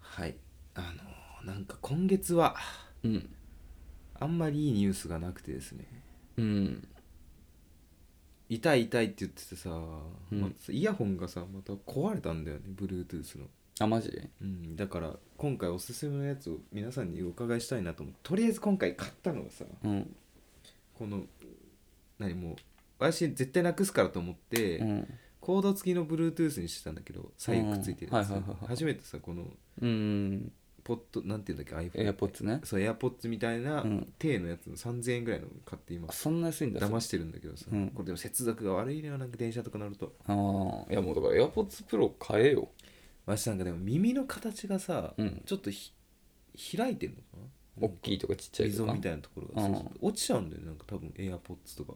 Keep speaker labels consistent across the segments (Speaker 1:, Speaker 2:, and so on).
Speaker 1: はいあのなんか今月は
Speaker 2: うん
Speaker 1: あんまりいいニュースがなくてですね
Speaker 2: うん
Speaker 1: 痛い痛いって言っててさ、
Speaker 2: ん
Speaker 1: まイヤホンがさまた壊れたんだよね Bluetooth の、
Speaker 2: あマジで
Speaker 1: うん、だから今回おすすめのやつを皆さんにお伺いしたいなと思ってとりあえず今回買ったのがさ
Speaker 2: うん
Speaker 1: この何もう私絶対なくすからと思って、
Speaker 2: うん
Speaker 1: コード付きの Bluetooth にしてたんだけど左右くっついてるやつ、
Speaker 2: うんはいはいはいはい
Speaker 1: 初めてさこの
Speaker 2: うん
Speaker 1: ポッドなんていうんだっけ iPhone
Speaker 2: エアポッツね
Speaker 1: そうエアポッツみたいな
Speaker 2: うん
Speaker 1: 手のやつの3000円ぐらいの買って今
Speaker 2: あそんな安いんだ
Speaker 1: 騙してるんだけどさ、
Speaker 2: うん
Speaker 1: これでも接続が悪いのよなんか電車とか乗ると
Speaker 2: ああいやもうだからエアポッツプロ買えよ
Speaker 1: わしなんかでも耳の形がさ、
Speaker 2: うん
Speaker 1: ちょっとひ開いてるのかな
Speaker 2: 大きいとかちっちゃいと
Speaker 1: 溝
Speaker 2: か
Speaker 1: みたいなところが、
Speaker 2: うん
Speaker 1: そうそう落ちちゃうんだよねなんか多分エアポッツとか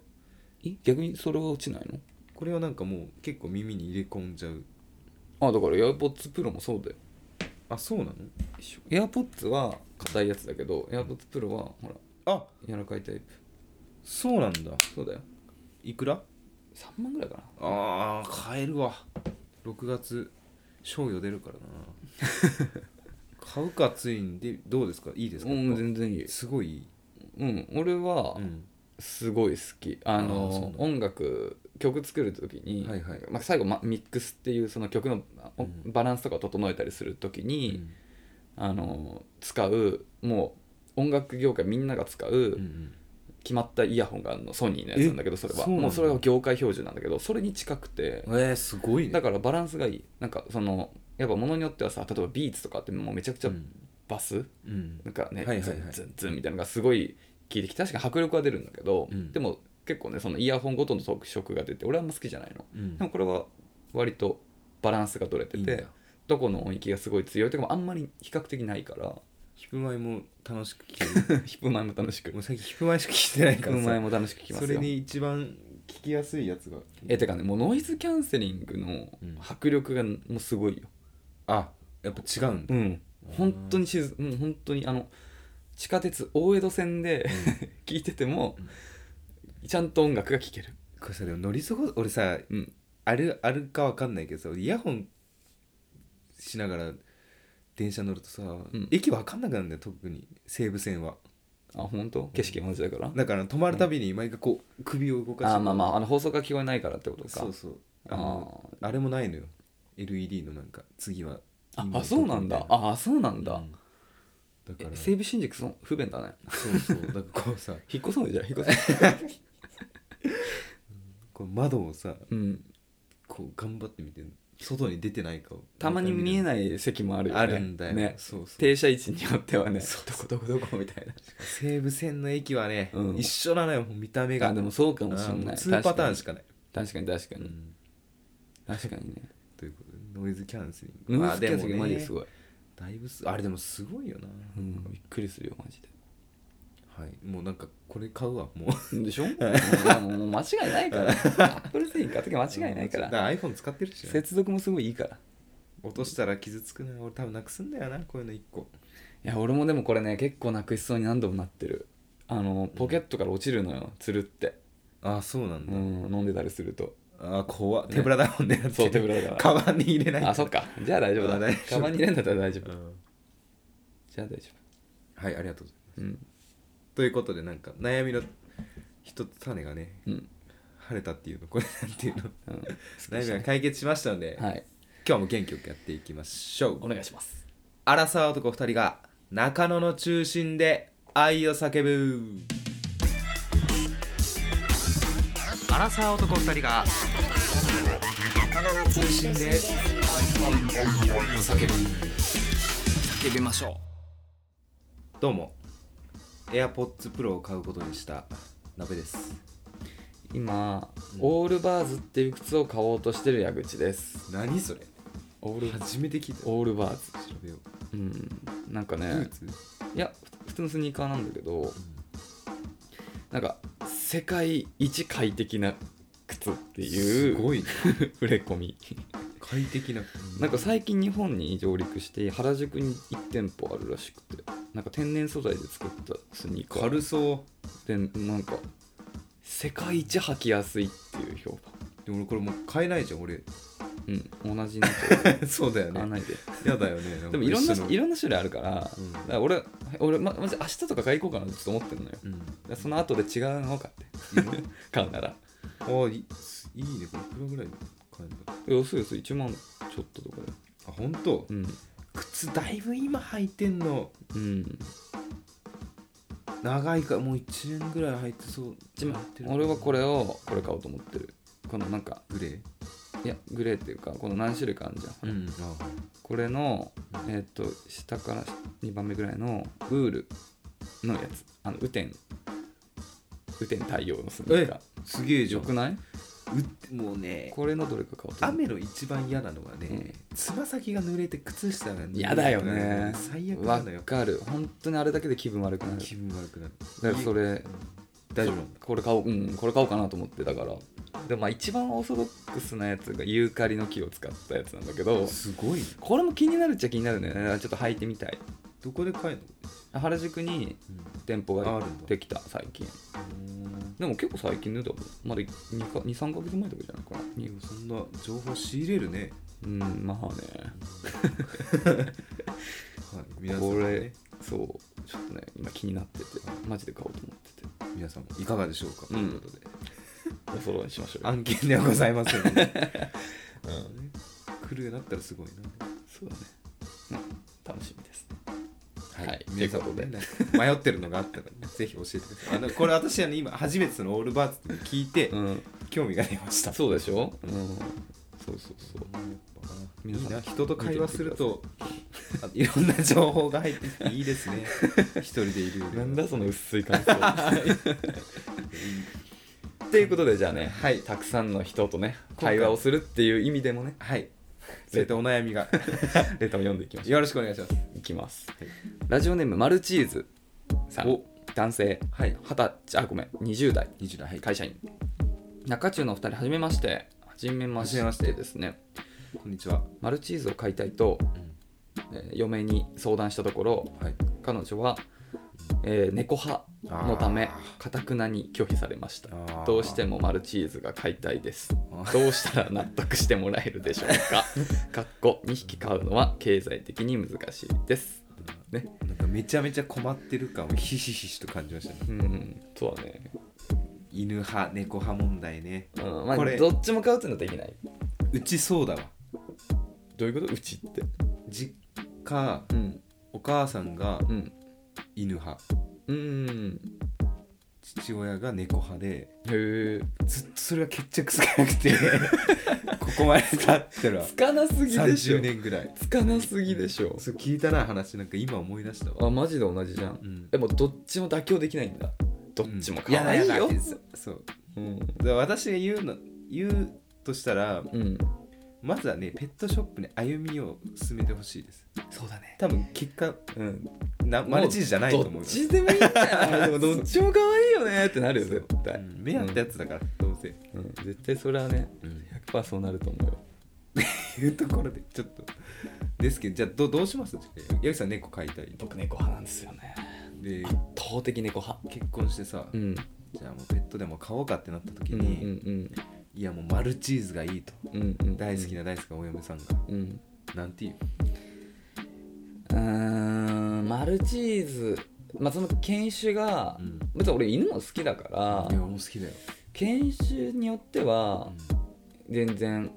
Speaker 2: え逆にそれは落ちないの
Speaker 1: これはなんかもう結構耳に入れ込んじゃう
Speaker 2: あだからエアポッツプロもそうだよ
Speaker 1: あそうなの
Speaker 2: エアポッツは硬いやつだけどエアポッツプロはほら
Speaker 1: あ
Speaker 2: 柔らかいタイプ
Speaker 1: そうなんだ
Speaker 2: そうだよ
Speaker 1: いくら
Speaker 2: 3万ぐらいかな
Speaker 1: あー買えるわ6月賞与出るからな買うかついんでどうですかいいですか、
Speaker 2: うん全然いい
Speaker 1: すごいいい
Speaker 2: うん俺は、
Speaker 1: うん
Speaker 2: すごい好きあ
Speaker 1: あーそうな
Speaker 2: の
Speaker 1: んだ
Speaker 2: 音楽曲作る時に、
Speaker 1: はいはい
Speaker 2: まあ、最後、ま、ミックスっていうその曲のあ
Speaker 1: う
Speaker 2: お
Speaker 1: ん
Speaker 2: バランスとかを整えたりする時
Speaker 1: う
Speaker 2: に、
Speaker 1: ん
Speaker 2: あの使うもう音楽業界みんなが使う
Speaker 1: うんうん
Speaker 2: 決まったイヤホンがあるのソニーのやつなんだけどそれ
Speaker 1: そう
Speaker 2: は
Speaker 1: なんだ
Speaker 2: もうそれは業界標準なんだけどそれに近くて
Speaker 1: えー、すごいね
Speaker 2: だからバランスがいいなんかそのやっぱものによってはさ例えばビーツとかってもうめちゃくちゃ
Speaker 1: うん
Speaker 2: バス、
Speaker 1: うん
Speaker 2: なんかね、
Speaker 1: はいはいはい
Speaker 2: ズンズンズンみたいなのがすごい効いてきて確かに迫力は出るんだけど、
Speaker 1: うん
Speaker 2: でも結構ねそのイヤホンごとの特色が出て俺はあんま好きじゃないの、
Speaker 1: うん
Speaker 2: でもこれは割とバランスが取れて
Speaker 1: いいん
Speaker 2: て
Speaker 1: だ
Speaker 2: どこの音域がすごい強いとかもあんまり比較的ないから
Speaker 1: ヒプマイも楽しく聞ける
Speaker 2: ヒップマイも楽しく
Speaker 1: も
Speaker 2: ヒ
Speaker 1: う最近ヒプマイしか聞いてないか
Speaker 2: ップ
Speaker 1: らさ
Speaker 2: マイも楽しく聞きます
Speaker 1: そ
Speaker 2: よ
Speaker 1: れに一番聞きやすいやつが
Speaker 2: えてかねもうノイズキャンセリングの
Speaker 1: うん
Speaker 2: 迫力がもうすごいよ
Speaker 1: あやっぱ違うんだ、
Speaker 2: うん本当に静うん本当にあの地下鉄大江戸線で 聞いててもちゃんと音楽が聴ける
Speaker 1: これさでも乗り過ご俺さ
Speaker 2: うん
Speaker 1: あるあるかわかんないけどさ俺イヤホンしながら電車乗るとさ、
Speaker 2: ん
Speaker 1: 駅わかんなくなるんだよ特に西武線は
Speaker 2: あ本当景色同じだから、
Speaker 1: だから止まるたびに毎回こう首を動かして
Speaker 2: あまあまああの放送が聞こえないからってことか
Speaker 1: そうそう
Speaker 2: あ
Speaker 1: あのあれもないのよ LED のなんか次は
Speaker 2: ああそうなんだああそうなんだ、
Speaker 1: うんだか
Speaker 2: え
Speaker 1: ら
Speaker 2: 西武新宿その不便だね
Speaker 1: そうそうだからこうさ
Speaker 2: 引っ越そうじゃん引っ越そう
Speaker 1: こう窓をさ
Speaker 2: うん
Speaker 1: こう頑張って見て外に出てないかを
Speaker 2: たまに見え
Speaker 1: い
Speaker 2: ない席もあるよね
Speaker 1: あるんだよ
Speaker 2: ね
Speaker 1: そうそう
Speaker 2: 停車位置によってはねどこどこどこみたいな
Speaker 1: 西武線の駅はね、
Speaker 2: うん
Speaker 1: 一緒なのよもう見た目が
Speaker 2: あでもそうかもし
Speaker 1: あ
Speaker 2: ん
Speaker 1: も
Speaker 2: な
Speaker 1: う
Speaker 2: い
Speaker 1: 2パターンし
Speaker 2: か
Speaker 1: かない、
Speaker 2: 確かに確か
Speaker 1: う
Speaker 2: に
Speaker 1: ん
Speaker 2: 確かにね
Speaker 1: ということでノイズキャンセリング
Speaker 2: ノイズキャンセリング
Speaker 1: まあ
Speaker 2: マ
Speaker 1: でもね
Speaker 2: ジですごい、
Speaker 1: だいぶすあれでもすごいよな、
Speaker 2: うん、びっくりするよマジで
Speaker 1: はいもうなんかこれ買うわもう
Speaker 2: でしょもういやもう間違いないからアップル製品買うとき間違いないか
Speaker 1: だからら iPhone 使ってるしね
Speaker 2: 接続もすごいいいから
Speaker 1: 落としたら傷つくな俺多分なくすんだよなこういうの1個
Speaker 2: いや俺もでもこれね結構なくしそうに何度もなってるあのポケットから落ちるのよつるって、
Speaker 1: ああそうなん
Speaker 2: う
Speaker 1: だ、
Speaker 2: ん、飲んでたりすると
Speaker 1: ああ怖っ手ぶらだもんねだって
Speaker 2: そう手ぶらだか
Speaker 1: カバンに入れない
Speaker 2: らあそっかじゃあ大丈夫
Speaker 1: あ
Speaker 2: だ
Speaker 1: 大丈夫
Speaker 2: カバンに入れんだったら大丈
Speaker 1: う
Speaker 2: 夫
Speaker 1: ん
Speaker 2: じゃあ大丈
Speaker 1: はいありがとうございます
Speaker 2: 夫うん
Speaker 1: ということでなんか悩みの一つ種がね
Speaker 2: うん、
Speaker 1: 晴れたっていうのこれなんていう の
Speaker 2: うん、
Speaker 1: 悩みが解決しましたので、
Speaker 2: はい
Speaker 1: 今日も元気よくやっていきましょう
Speaker 2: お願いします
Speaker 1: 荒沢男2人が中野の中心で愛を叫ぶ荒沢男2人が中野の中心で愛を叫ぶ
Speaker 2: 叫びましょ
Speaker 1: どうも AirPods Pro を買うことにした鍋です
Speaker 2: う今、オールバーズっていう靴を買おうとしてる矢口です
Speaker 1: 何それ
Speaker 2: オール
Speaker 1: 初めて聞いた
Speaker 2: オールバーズ
Speaker 1: 調べよう
Speaker 2: うんなんか
Speaker 1: ブー
Speaker 2: ね
Speaker 1: ツ
Speaker 2: いやふ普通のスニーカーなんだけどなんか世界一快適な靴ってい
Speaker 1: す
Speaker 2: う
Speaker 1: ごいね
Speaker 2: 触れ込み
Speaker 1: 快適な
Speaker 2: なんか最近日本に上陸して原宿に1店舗あるらしくてなんか天然素材で作ったスニーカー
Speaker 1: 軽そう
Speaker 2: でなんか世界一履きやすいっていう評判
Speaker 1: でも俺これもう買えないじゃん俺
Speaker 2: うん、同じのと
Speaker 1: そうだよ
Speaker 2: 買わ
Speaker 1: ね
Speaker 2: ないで
Speaker 1: やだよねか
Speaker 2: でもいろんな
Speaker 1: 一緒の
Speaker 2: いろんな種類あるから,、
Speaker 1: うん
Speaker 2: だから俺俺ままず明日とか買い行こうかなってちょっと思ってるのよだか
Speaker 1: うん
Speaker 2: らその後で違うのを買って
Speaker 1: いいの
Speaker 2: 買うなら
Speaker 1: あいいいいねこれいくらぐらい買えるんだ
Speaker 2: 安い安い1万ちょっととかで
Speaker 1: あ本当、
Speaker 2: うん
Speaker 1: 靴だいぶ今履いてんの
Speaker 2: うん
Speaker 1: 長いからもう1年ぐらい履いてそう履いてる
Speaker 2: 俺はこれをこれ買おうと思ってるこのなんか
Speaker 1: グレ
Speaker 2: いやグレーっていうかこの何種類かあるじゃん、
Speaker 1: ーうんあはい
Speaker 2: これのえっ、と下から2番目ぐらいのウールのやつあの雨天雨天太陽のスニーカ
Speaker 1: すげえ
Speaker 2: ー
Speaker 1: じゃ
Speaker 2: よ
Speaker 1: ん
Speaker 2: くない
Speaker 1: 打ってもうね
Speaker 2: これのどれか買おうと思って
Speaker 1: 雨の一番嫌なのがね、つま先が濡れて靴下が濡れて
Speaker 2: 嫌だよね
Speaker 1: 最悪な
Speaker 2: わ
Speaker 1: のよ
Speaker 2: かる本当にあれだけで気分悪くなる
Speaker 1: 気分悪くなる
Speaker 2: だからそれ
Speaker 1: 大丈夫なんだ
Speaker 2: これ買おううんこれ買おうかなと思ってだからでもまあ一番オーソドックスなやつがユーカリの木を使ったやつなんだけど
Speaker 1: すごいね
Speaker 2: これも気になるっちゃ気になるんだよねちょっと履いてみたい
Speaker 1: どこで買える
Speaker 2: 原宿に
Speaker 1: の、
Speaker 2: 店舗
Speaker 1: あ
Speaker 2: が
Speaker 1: るんだ
Speaker 2: できた最近
Speaker 1: うん
Speaker 2: でも結構最近のだもんまだ23か月前とかじゃないかな
Speaker 1: でもそんな情報仕入れるね、
Speaker 2: うんまあね
Speaker 1: はい、皆さんも
Speaker 2: これ
Speaker 1: ね
Speaker 2: そうちょっとね今気になっててマジで買おうと思ってて
Speaker 1: 皆さんもいかがでしょうか、
Speaker 2: うん
Speaker 1: ということで
Speaker 2: お揃いにしましょうよ
Speaker 1: 案件ではございま せん、ね来るようになったらすごいな
Speaker 2: そうだね、うん楽しみですねはい
Speaker 1: 皆さんもねなんか迷ってるのがあったらね、ぜひ教えてくださいあのこれ私はね今初めてそのオールバーツって聞いて、
Speaker 2: うん
Speaker 1: 興味が出ました
Speaker 2: そうでしょ、うん、そうそうそう
Speaker 1: い
Speaker 2: 皆
Speaker 1: い
Speaker 2: さん
Speaker 1: な人と会話するとあいろんな情報が入ってきていいです ね一人でいるよりは
Speaker 2: なんだその薄い感想ということでじゃあね、
Speaker 1: はい
Speaker 2: たくさんの人とね
Speaker 1: 今回
Speaker 2: 会話をするっていう意味でもね
Speaker 1: はいそういったお悩みが
Speaker 2: レターを読んでいきましょ
Speaker 1: よろしくお願いします
Speaker 2: ういきます、
Speaker 1: はい
Speaker 2: ラジオネームマルチーズさん
Speaker 1: お
Speaker 2: 男性
Speaker 1: はい
Speaker 2: 二十歳あごめん20代
Speaker 1: 20代はい
Speaker 2: 会社員中中のお二人はじめましてはじめま
Speaker 1: はじめま
Speaker 2: し
Speaker 1: して
Speaker 2: てですね
Speaker 1: こんにちは、
Speaker 2: マルチーズを買いたいと、えー嫁に相談したところ
Speaker 1: はい
Speaker 2: 彼女は、えー猫派のため
Speaker 1: あ
Speaker 2: かたくなに拒否されました
Speaker 1: あー
Speaker 2: どうしてもマルチーズが買いたいです
Speaker 1: あー
Speaker 2: どうしたら納得してもらえるでしょうか かっこ2匹買うのは経済的に難しいですね
Speaker 1: なんかめちゃめちゃ困ってる感をひしひしと感じましたね
Speaker 2: うんそうだね、
Speaker 1: 犬派猫派問題ね
Speaker 2: うんまあ、
Speaker 1: これ
Speaker 2: どっちも買うっていうのはできないう
Speaker 1: ちそうだわ
Speaker 2: どういうことうちって
Speaker 1: 実家
Speaker 2: うん
Speaker 1: お母さんが
Speaker 2: うん
Speaker 1: 犬派
Speaker 2: うん
Speaker 1: 父親が猫派で
Speaker 2: へえ
Speaker 1: ずっとそれが決着つかなく てここまで経ってるわ
Speaker 2: つかなすぎでしょ
Speaker 1: 30年ぐらい
Speaker 2: つかなすぎでしょ
Speaker 1: そう聞いたな話なんか今思い出したわ、
Speaker 2: あマジで同じじゃん
Speaker 1: うん
Speaker 2: でもどっちも妥協できないんだどっちも可愛い
Speaker 1: やだやだ
Speaker 2: よ
Speaker 1: って、そう
Speaker 2: うん
Speaker 1: だから私が言うの言うとしたら
Speaker 2: うん、
Speaker 1: まずはねペットショップに歩みを進めてほしいです
Speaker 2: そうだね
Speaker 1: 多分結果
Speaker 2: うん
Speaker 1: なマルチーズじゃないと思う
Speaker 2: ど
Speaker 1: よ
Speaker 2: っちでもいいんだよでもどっちも可愛いよねってなるよ絶
Speaker 1: う
Speaker 2: 対
Speaker 1: ん目合ったやつだから、どうせ、
Speaker 2: うん、うん絶対それはね100%そうなると思うよ
Speaker 1: いうところでちょっとですけどじゃあどどうします八木さん猫飼いたい
Speaker 2: 僕猫派なんですよね
Speaker 1: で
Speaker 2: 圧倒的猫派
Speaker 1: 結婚してさ、
Speaker 2: うん
Speaker 1: じゃあもうペットでも飼おうかってなった時
Speaker 2: うんう
Speaker 1: に、
Speaker 2: ん
Speaker 1: いやもうマルチーズがいいと
Speaker 2: うんうん
Speaker 1: 大好きな大好きなお嫁さんが、
Speaker 2: うん
Speaker 1: なんていう
Speaker 2: うーんマルチーズまあその犬種が、
Speaker 1: うん
Speaker 2: 別に俺犬も好きだから
Speaker 1: いや俺も好きだよ、
Speaker 2: 犬種によっては全然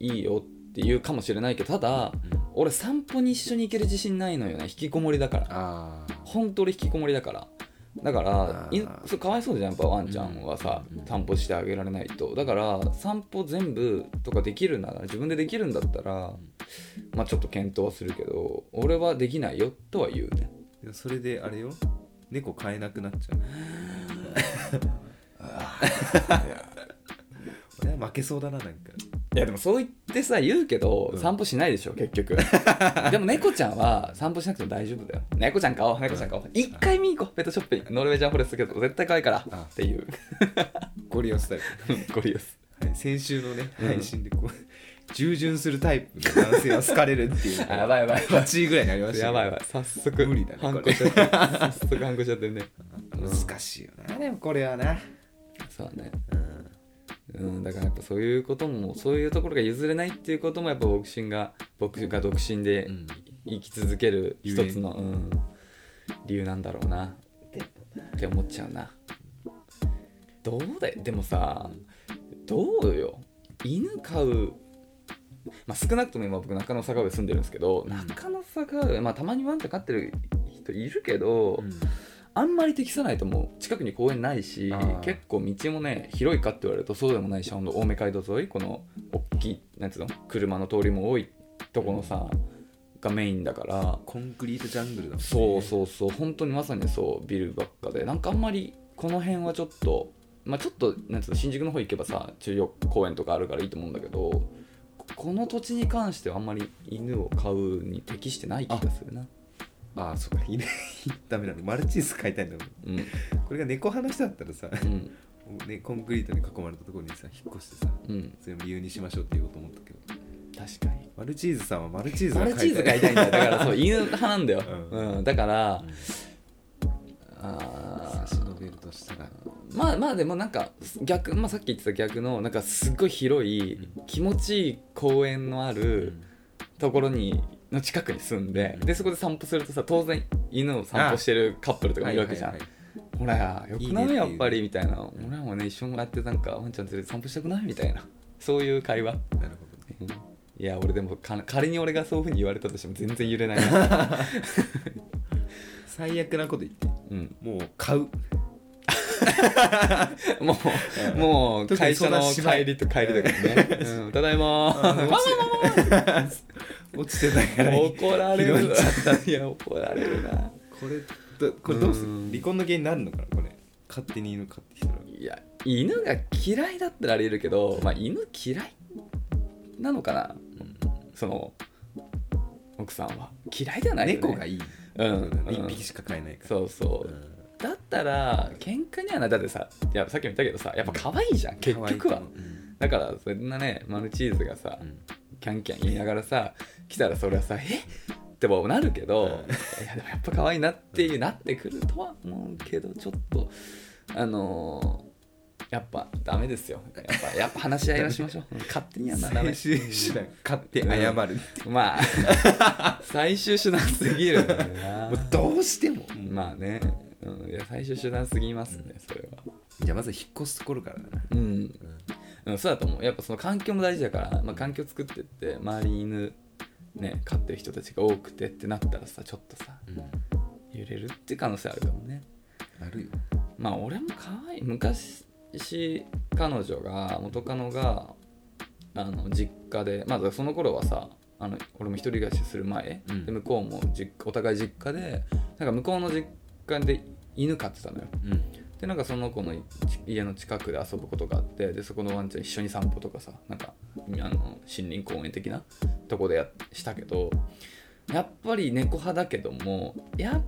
Speaker 2: いいよっていうかもしれないけどただ
Speaker 1: うんうん
Speaker 2: 俺散歩に一緒に行ける自信ないのよね引きこもりだから
Speaker 1: ああ
Speaker 2: 本当俺引きこもりだからだから
Speaker 1: あ
Speaker 2: い
Speaker 1: ー
Speaker 2: そうかわいそうじゃんやっぱワンちゃんはさ
Speaker 1: うんうんうん
Speaker 2: 散歩してあげられないとだから散歩全部とかできるなら自分でできるんだったらまあちょっと検討はするけど俺はできないよとは言うね
Speaker 1: でもそれであれよ猫飼えなくなっちゃう俺は負けそうだななんか
Speaker 2: いやでもそう言ってさ言うけど
Speaker 1: うん
Speaker 2: 散歩しないでしょ結局 でも猫ちゃんは散歩しなくても大丈夫だよ猫ちゃん買おう猫ちゃん買おう一回見に行こうペットショップにノルウェージャンフォレストけど絶対可愛いから
Speaker 1: あ
Speaker 2: って いう
Speaker 1: ゴリ押スタイ
Speaker 2: ゴリオス
Speaker 1: ル、はい、先週のね
Speaker 2: うん
Speaker 1: 配信でこう、 従順するタイプの男性は好かれるって いう
Speaker 2: あやばいやばいやばい
Speaker 1: 8位ぐらいになりました
Speaker 2: や
Speaker 1: よ
Speaker 2: ばいやばい早速
Speaker 1: 無理だね
Speaker 2: 反
Speaker 1: こ
Speaker 2: 抗
Speaker 1: れ
Speaker 2: しちゃってる早速反抗しちゃってるね
Speaker 1: 難しいよなでもこれはな
Speaker 2: そうだねうん、だからやっぱそういうこともそういうところが譲れないっていうこともやっぱボクシングが僕が独身で
Speaker 1: うん
Speaker 2: 生き続ける一つの、うん、理由なんだろうなって思っちゃうなどうだよでもさどうよ犬飼うまあ少なくとも今僕中野坂上住んでるんですけど、
Speaker 1: うん
Speaker 2: 中野坂上まあたまにワンちゃん飼ってる人いるけど、
Speaker 1: うん
Speaker 2: あんまり適さないともう近くに公園ないし
Speaker 1: あー
Speaker 2: 結構道もね広いかって言われるとそうでもないしほんと青梅街道沿いこの大きいなんつうの車の通りも多いとこのさ、がメインだから
Speaker 1: コンクリートジャングルだもんね
Speaker 2: そうそうそう本当にまさにそうビルばっかでなんかあんまりこの辺はちょっとまあちょっとなんつうの新宿の方行けばさ中央公園とかあるからいいと思うんだけどここの土地に関してはあんまり犬を飼うに適してない気がするな、
Speaker 1: ああそうか犬ダメなのマルチーズ飼いたいんだもん
Speaker 2: うん
Speaker 1: これが猫話だったらさ、
Speaker 2: うん
Speaker 1: ね、コンクリートに囲まれたところにさ引っ越してさ
Speaker 2: うん
Speaker 1: それも理由にしましょうって言おうと思ったけど
Speaker 2: 確かに
Speaker 1: マルチーズさんはマルチーズ
Speaker 2: マ
Speaker 1: が
Speaker 2: ルチーズ
Speaker 1: 飼
Speaker 2: 飼
Speaker 1: い
Speaker 2: い
Speaker 1: た
Speaker 2: た
Speaker 1: い
Speaker 2: いんだよだから そう犬派なんだよ、
Speaker 1: う
Speaker 2: うんんだか
Speaker 1: う
Speaker 2: ら、
Speaker 1: ん
Speaker 2: あ
Speaker 1: 差し伸べるとしたら
Speaker 2: ーまあまあでもなんか逆、まあ、さっき言ってた逆のなんかすっごい広い気持ちいい公園のあるところにの近くに住んで、
Speaker 1: うん
Speaker 2: でそこで散歩するとさ当然犬を散歩してるカップルとかもいるわけじゃん、ほらやよくない
Speaker 1: いねっていう
Speaker 2: やっぱりみたいな俺らもね一緒にやってなんかワンちゃん連れて散歩したくないみたいな そういう会話
Speaker 1: なるほどね
Speaker 2: いや俺でもか仮に俺がそういうふうに言われたとしても全然揺れな いな、
Speaker 1: 最悪なこと言って
Speaker 2: うん、
Speaker 1: もう買う
Speaker 2: もう、もう
Speaker 1: 特に
Speaker 2: 会
Speaker 1: そ
Speaker 2: 社
Speaker 1: んな
Speaker 2: の
Speaker 1: 縛り
Speaker 2: 帰りと帰りとかね、うんただいまー、わわわ
Speaker 1: 落ちてたから
Speaker 2: わ
Speaker 1: こ
Speaker 2: 怒られる
Speaker 1: 拾っ
Speaker 2: いや、怒られるな。
Speaker 1: れどこれどうする
Speaker 2: うん
Speaker 1: 離婚の原因になるのかなこれ勝手に犬飼ってきたら
Speaker 2: いや、犬が嫌いだったらあり得るけど、まあ、犬嫌いなのかな、その、奥さんは。嫌いじゃないよね
Speaker 1: 猫がいい
Speaker 2: うん
Speaker 1: 一匹しか飼えないから
Speaker 2: そうそうう。
Speaker 1: ん
Speaker 2: だったら、喧嘩にはなだってさ、いや、さっきも言ったけどさ、やっぱ可愛いじゃん、結局
Speaker 1: 可愛い
Speaker 2: は
Speaker 1: と。思ううん
Speaker 2: だから、そんなね、マルチーズがさ
Speaker 1: う、ん
Speaker 2: キャンキャン言いながらさ来たらそれはさ「えってもなるけど、いやでもやっぱ可愛いなっていうなってくるとは思うけどちょっとあのーやっぱダメですよやっぱやっぱ話し合いをしましょう勝手にはならない
Speaker 1: 最終手段買って謝る、
Speaker 2: まあ 最終手段すぎるんだよな
Speaker 1: もうどうしても、
Speaker 2: まあね、うん、いや最終手段すぎますねそれは
Speaker 1: じゃあまず引っ越すところからだな、
Speaker 2: うんうん、そうだと思うやっぱその環境も大事だから、まあ、環境作ってって周りに犬ね飼ってる人たちが多くてってなったらさちょっとさ揺れるって可能性あるかもね
Speaker 1: なるよ
Speaker 2: まあ俺も可愛い昔彼女が元カノがあの実家でまあだからその頃はさあの俺も一人暮らしする前、
Speaker 1: うん
Speaker 2: で向こうも実お互い実家でなんか向こうの実家で犬飼ってたのよ
Speaker 1: うん
Speaker 2: でなんかその子のい家の近くで遊ぶことがあってでそこのワンちゃん一緒に散歩とかさなんかあの森林公園的なとこでやっしたけどやっぱり猫派だけどもやっ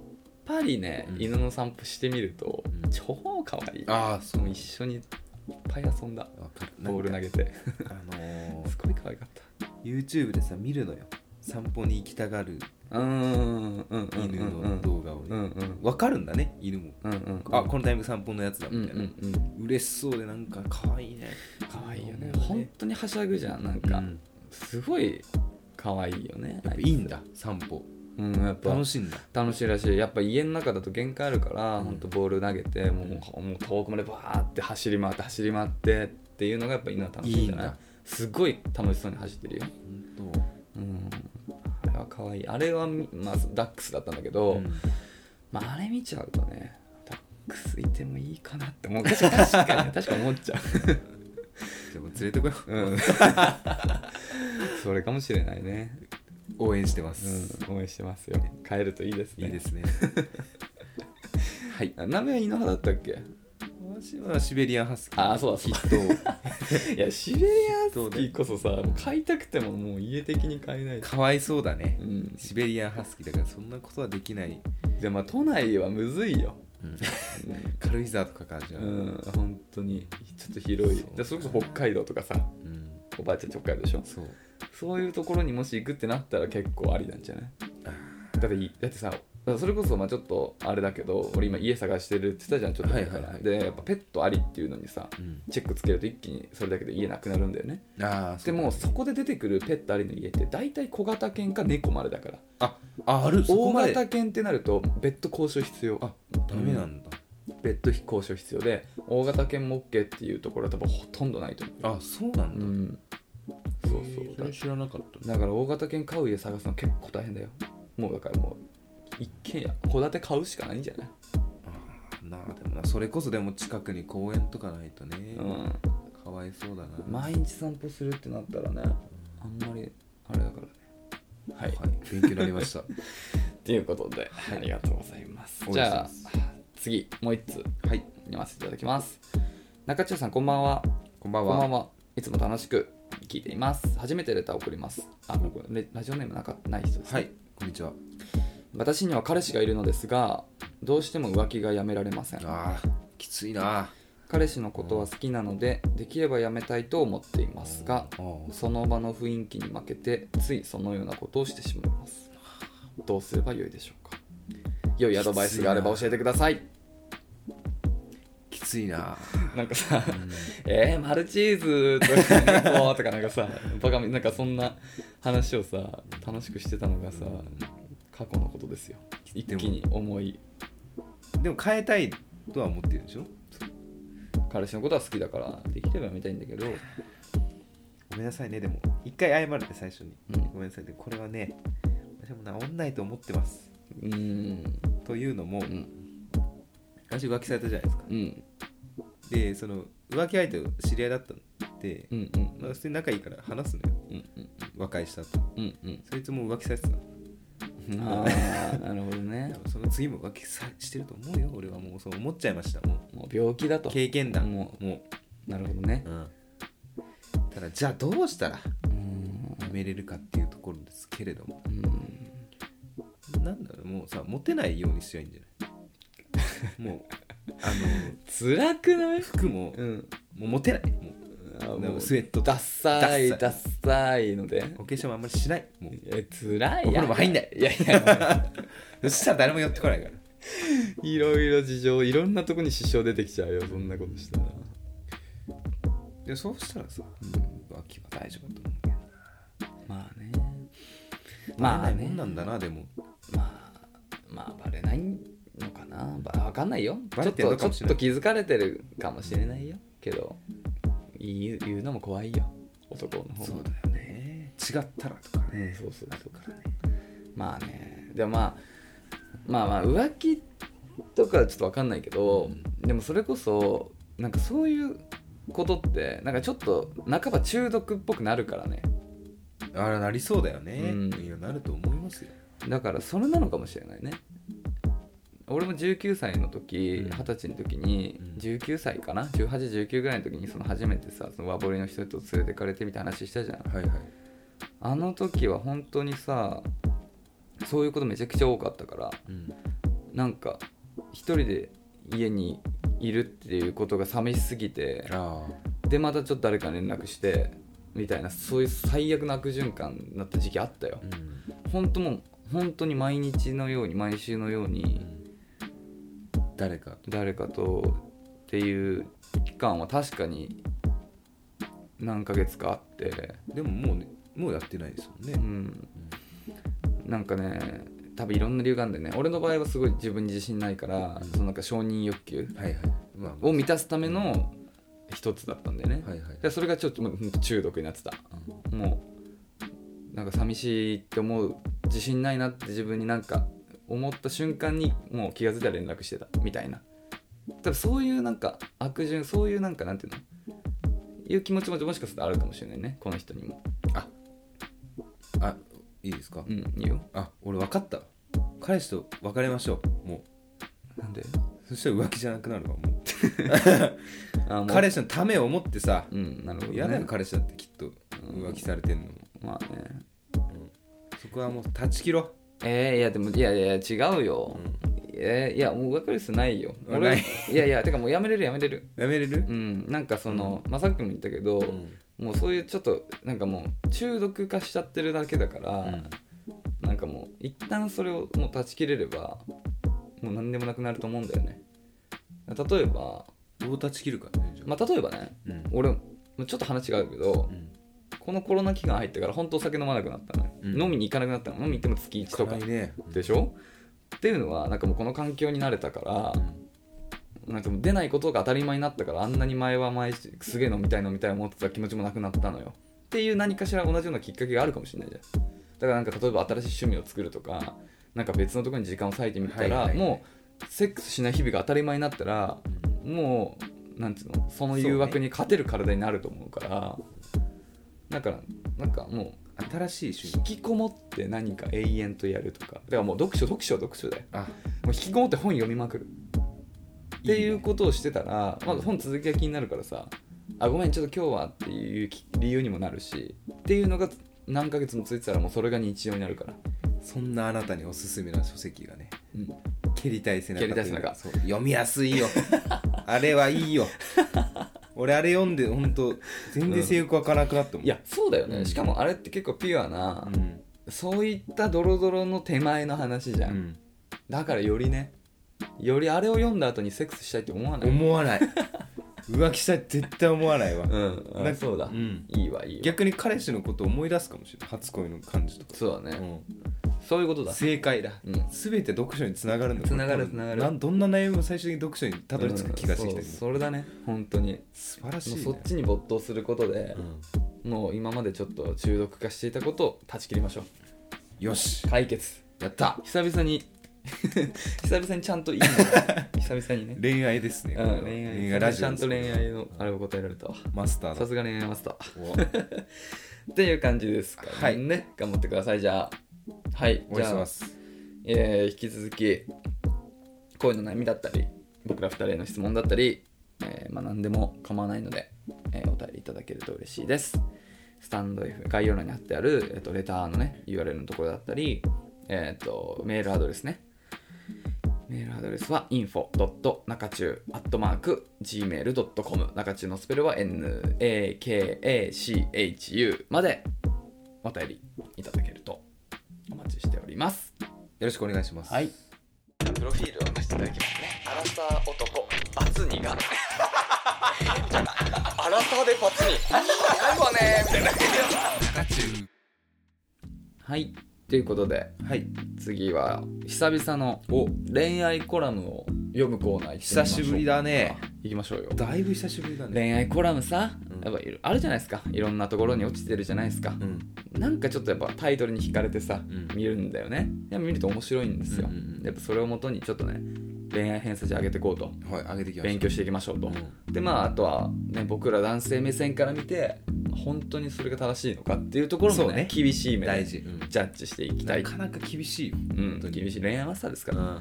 Speaker 2: ぱりね、
Speaker 1: うん
Speaker 2: 犬の散歩してみると、
Speaker 1: うん
Speaker 2: 超可愛い
Speaker 1: ああそ
Speaker 2: もう
Speaker 1: う
Speaker 2: 一緒にいっぱい遊んだ
Speaker 1: わかる
Speaker 2: ボール投
Speaker 1: げ
Speaker 2: げて
Speaker 1: あの
Speaker 2: す
Speaker 1: ー、
Speaker 2: ごい可愛かった
Speaker 1: YouTube でさ見るのよ散歩に行きたがる
Speaker 2: うーんうんうん
Speaker 1: 犬
Speaker 2: うんう
Speaker 1: の
Speaker 2: ん
Speaker 1: 動画を
Speaker 2: うんう
Speaker 1: ね
Speaker 2: ん
Speaker 1: わかるんだね犬も
Speaker 2: うんうん
Speaker 1: あこのタイム散歩のやつだ
Speaker 2: うんう
Speaker 1: みたいな、
Speaker 2: んうん
Speaker 1: 嬉しそうでなんか可愛いね
Speaker 2: 可愛いよね
Speaker 1: うん
Speaker 2: 本当にはしゃぐじゃんなんか、
Speaker 1: うん
Speaker 2: すごい可愛いよね
Speaker 1: やっぱいいんだ散歩
Speaker 2: うんやっぱ
Speaker 1: 楽しいんだ
Speaker 2: 楽しいらしいやっぱ家の中だと限界あるから、
Speaker 1: うん
Speaker 2: ほんとボール投げてもうもう遠くまでバーって走り回って走り回ってっていうのがやっぱ犬は楽しいんじゃない
Speaker 1: いいんだ
Speaker 2: すごい楽しそうに走ってるよ
Speaker 1: 本
Speaker 2: うんあれは可愛いあれは、まあ、ダックスだったんだけ
Speaker 1: 当
Speaker 2: ど、
Speaker 1: うん
Speaker 2: まあ、あれ見ちゃうとねダックスいてもいいかなって思う確かに確 かに確かに思っちゃう
Speaker 1: じゃあもう連れてこよう
Speaker 2: うんそれかもしれないね、
Speaker 1: 応援してます、
Speaker 2: うん、応援してますよ帰るといいですね
Speaker 1: いいですねはい
Speaker 2: あ鍋は犬派だったっけ
Speaker 1: 私はシベリアンハスキー
Speaker 2: あそうだそうだ
Speaker 1: 筆頭
Speaker 2: いやシベリアンスキーこそさ
Speaker 1: うね
Speaker 2: 買いたくてももう家的に買えないし、
Speaker 1: かわいそうだね
Speaker 2: うん、
Speaker 1: シベリアンハスキーだからそんなことはできない、
Speaker 2: じゃあまあ都内はむずいよ、
Speaker 1: 軽井沢とかかじ
Speaker 2: う
Speaker 1: ゃあ、
Speaker 2: ん、本当にちょっと広い
Speaker 1: そう
Speaker 2: でそれこそ北海道とかさ
Speaker 1: うん
Speaker 2: おばあちゃんち北海道でしょ
Speaker 1: そう
Speaker 2: そういうところにもし行くってなったら結構ありなんじゃない
Speaker 1: あ
Speaker 2: だっていだってさからそれこそまあちょっとあれだけど俺今家探してるって言ったじゃんちょっと前から、
Speaker 1: はいはいはい
Speaker 2: でやっぱペットありっていうのにさ
Speaker 1: うん、
Speaker 2: チェックつけると一気にそれだけで家なくなるんだよね
Speaker 1: ああ
Speaker 2: でもそこで出てくるペットありの家って大体小型犬か猫までだから
Speaker 1: あああるそこ
Speaker 2: 大
Speaker 1: まで
Speaker 2: 型犬ってなると別途交渉必要
Speaker 1: あダメなんだ、
Speaker 2: 別途交渉必要で大型犬も OK っていうところは多分ほとんどないと思
Speaker 1: あそうなん
Speaker 2: う、う
Speaker 1: だ、
Speaker 2: ん、そう
Speaker 1: へ
Speaker 2: そ
Speaker 1: ー
Speaker 2: う
Speaker 1: そ
Speaker 2: だ
Speaker 1: れ知らなかった
Speaker 2: だから大型犬飼う家探すの結構大変だよもうだからもう一軒家戸建て買うしかないんじゃない
Speaker 1: あーなあでもなそれこそでも近くに公園とかないとね、
Speaker 2: うん
Speaker 1: かわいそうだな
Speaker 2: 毎日散歩するってなったらねあんまりあれだからねはい、
Speaker 1: はい、勉強になりま した
Speaker 2: ということでありがとうございます
Speaker 1: お
Speaker 2: じ
Speaker 1: 願いし
Speaker 2: ゃあ
Speaker 1: ます
Speaker 2: 次もう一通
Speaker 1: はい
Speaker 2: 読ませていただきます中中さんこんばんは
Speaker 1: こんばん
Speaker 2: こ
Speaker 1: は
Speaker 2: んばんはいつも楽しく聞いています初めてレターを送りますあこれラジオネームなんかない人ですね
Speaker 1: はいこんにちは
Speaker 2: 私には彼氏がいるのですがどうしても浮気がやめられません
Speaker 1: あーきついな
Speaker 2: 彼氏のことは好きなのでできればやめたいと思っていますが
Speaker 1: あー
Speaker 2: その場の雰囲気に負けてついそのようなことをしてしまいますどうすればよいでしょうか良いアドバイスがあれば教えてください
Speaker 1: きついな
Speaker 2: なんかさ「えー、マルチーズ」とか「猫」とかなんか さバカみなんかそんな話をさ楽しくしてたのがさ過去のことですよ一気に思い
Speaker 1: でも変えたいとは思ってるでしょ
Speaker 2: 彼氏のことは好きだからできればやめたいんだけど
Speaker 1: ごめんなさいねでも一回謝るって最初に、
Speaker 2: うん
Speaker 1: ごめんなさいでこれはね私も治んないと思ってます
Speaker 2: うーん
Speaker 1: というのも、
Speaker 2: うん
Speaker 1: 私浮気されたじゃないですか
Speaker 2: うん
Speaker 1: でその浮気相手と知り合いだったんで、
Speaker 2: うんうん
Speaker 1: まあ、普通に仲いいから話すのよ
Speaker 2: うんうん
Speaker 1: 和解したと
Speaker 2: うんうん
Speaker 1: そいつも浮気されてたの
Speaker 2: ああなるほどね
Speaker 1: 多分その次も浮気さしてると思うよ俺はもうそう思っちゃいましたも
Speaker 2: もう病気だ
Speaker 1: う
Speaker 2: と
Speaker 1: 経験談
Speaker 2: も
Speaker 1: も
Speaker 2: うなるほどね
Speaker 1: う、うん、ただじゃあどうしたら
Speaker 2: うーん
Speaker 1: やめれるかっていうところですけれども
Speaker 2: うーん
Speaker 1: なんだろうもうさモテないようにしちゃいいんじゃないもうあの
Speaker 2: 辛くない
Speaker 1: 服も
Speaker 2: うん
Speaker 1: もうモテないもう
Speaker 2: あ
Speaker 1: でもスウェット
Speaker 2: ダッサい
Speaker 1: ダッサい
Speaker 2: ダッサいので
Speaker 1: お化粧もあんまりしないもう
Speaker 2: え辛い
Speaker 1: お風呂も入んない
Speaker 2: いやいや
Speaker 1: そしたら誰も寄ってこないから
Speaker 2: いろいろ事情いろんなとこに支障出てきちゃうよそんなことしたら、
Speaker 1: でそうしたらさ浮気は大丈夫だと思うけど
Speaker 2: まあね
Speaker 1: まあ、
Speaker 2: まあ
Speaker 1: も
Speaker 2: ね
Speaker 1: んなんだなでも
Speaker 2: まあまあバレないのかなばわかんないよ
Speaker 1: バレてんのかもし
Speaker 2: ちょ
Speaker 1: れ
Speaker 2: っ
Speaker 1: な
Speaker 2: と
Speaker 1: い
Speaker 2: ちょっと気づかれてるかもしれないよけど言う言うのも怖いよ男の方も
Speaker 1: だよね違ったらとか
Speaker 2: う
Speaker 1: ね、
Speaker 2: ん、そうそうそうからねまあねでもまあまあまあ浮気とかはちょっと分かんないけどでもそれこそなんかそういうことってなんかちょっと半ば中毒っぽくなるからね
Speaker 1: あらなりそうだよね、
Speaker 2: うん
Speaker 1: いやなると思いますよ
Speaker 2: だからそれなのかもしれないね俺も19歳の時
Speaker 1: うん
Speaker 2: 二十歳の時に
Speaker 1: うん
Speaker 2: 19歳かな1819ぐらいの時にその初めてさその和彫りの人と連れてかれてみたいな話したじゃん
Speaker 1: はいはい
Speaker 2: あの時は本当にさそういうことめちゃくちゃ多かったから
Speaker 1: うん
Speaker 2: なんか一人で家にいるっていうことが寂しすぎて
Speaker 1: あ
Speaker 2: でまたちょっと誰かに連絡してみたいなそういう最悪の悪循環になった時期あったよ
Speaker 1: あうん
Speaker 2: 本当もう本当に毎日のように毎週のように
Speaker 1: 誰か
Speaker 2: 誰かとっていう期間は確かに何ヶ月かあって
Speaker 1: でももうねもうやってないですもんね、
Speaker 2: うんなんかね多分いろんな理由があるんだよね俺の場合はすごい自分に自信ないから
Speaker 1: うん
Speaker 2: そのなんか承認欲求
Speaker 1: はいはいまあ
Speaker 2: を満たすための一つだったんだよね、
Speaker 1: はいはい
Speaker 2: でそれがちょっともうほんと中毒になってたもうなんか寂しいって思う自信ないなって自分になんか思った瞬間にもう気が付いたら連絡してたみたいな多分そういうなんか悪循そういうなんかなんていうのいう気持ちももしかするとあるかもしれないねこの人にも
Speaker 1: あいいですか、
Speaker 2: うんいいよ
Speaker 1: あ俺分かった彼氏と別れましょうも
Speaker 2: なんで
Speaker 1: うそしたら浮気じゃなくなるわもう
Speaker 2: あもう
Speaker 1: 彼氏のためを思ってさ
Speaker 2: うんなるほど、ね、
Speaker 1: 嫌だよ彼氏だってきっと浮気されてんのも
Speaker 2: まあね
Speaker 1: そこはもう断ち切ろ
Speaker 2: えー、いやでもいやいやいや違うよ、えーいやもう分かる必要ないよ
Speaker 1: あ
Speaker 2: 俺
Speaker 1: ない
Speaker 2: いやいやてかもうやめれるやめれる
Speaker 1: うやめれる
Speaker 2: う、んなんかその、まあさっきも言ったけど、もうそういうちょっとなんかもう中毒化しちゃってるだけだから、
Speaker 1: うん
Speaker 2: まあなんかもう一旦それをもう断ち切れればもう何でもなくなると思うんだよね例えば
Speaker 1: どう断ち切るかねじゃあ
Speaker 2: まあ例えばね
Speaker 1: うん
Speaker 2: 俺もうちょっと話違うけど
Speaker 1: うん
Speaker 2: このコロナ期間入ってから本当お酒飲まなくなったのよ、
Speaker 1: うん
Speaker 2: 飲みに行かなくなったの飲みに行っても月1とか
Speaker 1: 辛いね
Speaker 2: でしょっていうのはなんかもうこの環境に慣れたから、なんかもう出ないことが当たり前になったからあんなに前は毎日すげえ飲みたい飲みたい思ってた気持ちもなくなったのよっていう何かしら同じようなきっかけがあるかもしれないじゃんだからなんか例えば新しい趣味を作るとかなんか別のところに時間を割いてみたら、
Speaker 1: はいはい
Speaker 2: もうセックスしない日々が当たり前になったらもうなんていうのその誘惑に勝てる体になると思うからだからなんかもう
Speaker 1: 新しい趣
Speaker 2: 引
Speaker 1: 味
Speaker 2: きこもって何か永遠とやるとかだからもう読書読書読書だよ
Speaker 1: あ
Speaker 2: もう引きこもって本読みまくるっていうことをしてたらまあ、本続きが気になるからさ「あごめんちょっと今日は」っていうき理由にもなるしっていうのが何ヶ月も続いてたらもうそれが日常になるから、
Speaker 1: そんなあなたにおすすめな書籍がね
Speaker 2: うん、
Speaker 1: 蹴りたい背中
Speaker 2: 蹴りたい背中
Speaker 1: そう読みやすいよ あれはいいよ俺あれ読んで本当全然性欲わからなくなっても
Speaker 2: いやそうだよね、
Speaker 1: うん
Speaker 2: しかもあれって結構ピュア
Speaker 1: う
Speaker 2: な、
Speaker 1: ん
Speaker 2: そういったドロドロの手前の話じ
Speaker 1: う
Speaker 2: ゃん、
Speaker 1: ん
Speaker 2: だからよりねよりあれを読んだ後にセックスしたいって思わない
Speaker 1: 思わない浮気したいって絶対思わないわ
Speaker 2: うんあ
Speaker 1: なんか
Speaker 2: そうだ、
Speaker 1: うん
Speaker 2: いいわいいわ
Speaker 1: 逆に彼氏のことを思い出すかもしれない初恋の感じとか、
Speaker 2: そうだね、
Speaker 1: う
Speaker 2: そういうことだ
Speaker 1: ん、正解だ、
Speaker 2: うん
Speaker 1: 全て読書につながるんだ
Speaker 2: つながるつながる
Speaker 1: んどんな悩みも最終的に読書にたどり着く気がしてきてる、
Speaker 2: うんそうそれだね本当に
Speaker 1: 素晴らしい、
Speaker 2: もう
Speaker 1: ね、
Speaker 2: そっちに没頭することで
Speaker 1: う、ん
Speaker 2: もう今までちょっと中毒化していたことを断ち切りましょう
Speaker 1: よし
Speaker 2: 解決
Speaker 1: やった
Speaker 2: 久々に 久々にちゃんといい のが久々にね
Speaker 1: 恋愛ですね、こ
Speaker 2: う
Speaker 1: れは
Speaker 2: ん、恋愛
Speaker 1: 恋愛ラジ
Speaker 2: ちゃ
Speaker 1: オ
Speaker 2: ん
Speaker 1: です
Speaker 2: と恋愛のあれを答えられたわ
Speaker 1: マスター
Speaker 2: さ
Speaker 1: だ
Speaker 2: すが恋愛マスター
Speaker 1: お
Speaker 2: っていう感じですかね、
Speaker 1: はい
Speaker 2: 頑張ってくださいじゃあはい
Speaker 1: お会
Speaker 2: じ
Speaker 1: い
Speaker 2: ゃ
Speaker 1: し
Speaker 2: あ
Speaker 1: ます
Speaker 2: えー引き続き恋の悩みだったり僕ら2人への質問だったり、えーまあ、何でも構わないので、えーお便りいただけると嬉しいですスタンド F 概要欄に貼ってある、えっとレターのね URL のところだったり、えっとメールアドレスねメールアドレスは info.nakachu.gmail.com 中中のスペルは nakachu までお便りいただけるとお待ちしております
Speaker 1: よろしくお願いします、
Speaker 2: はい。プロフィールを出していただきますね。アラサー男、バツニが。 アラサーでバツニ。ないわねみたいな。はい。ということで、
Speaker 1: はい、
Speaker 2: 次は久々の恋愛コラムを読むコーナー行ってみまょう
Speaker 1: 久しぶりだね
Speaker 2: 行きましょうよ。
Speaker 1: だいぶ久しぶりだね
Speaker 2: 恋愛コラムさ
Speaker 1: うん、
Speaker 2: やっぱいろあるじゃないですか。いろんなところに落ちてるじゃないですか。
Speaker 1: うん
Speaker 2: なんかちょっとやっぱタイトルに惹かれてさ、
Speaker 1: うん
Speaker 2: 見るんだよねでも見ると面白いんですよ、
Speaker 1: うんうんうん
Speaker 2: やっぱそれをもとにちょっとね恋愛偏差値上げていこうと
Speaker 1: はい上げてきまし
Speaker 2: 勉
Speaker 1: た
Speaker 2: 強していきましょうと、でまああとはね僕ら男性目線から見て本当にそれが正しいのかっていうところも
Speaker 1: そう
Speaker 2: ね
Speaker 1: ね
Speaker 2: 厳しい目
Speaker 1: 大
Speaker 2: で
Speaker 1: 事、うん
Speaker 2: ジャッジしていきた
Speaker 1: ないかなか厳しいよ、
Speaker 2: うん、
Speaker 1: 当に
Speaker 2: 厳しい恋愛マスターですか
Speaker 1: う
Speaker 2: ら、
Speaker 1: ん、
Speaker 2: っ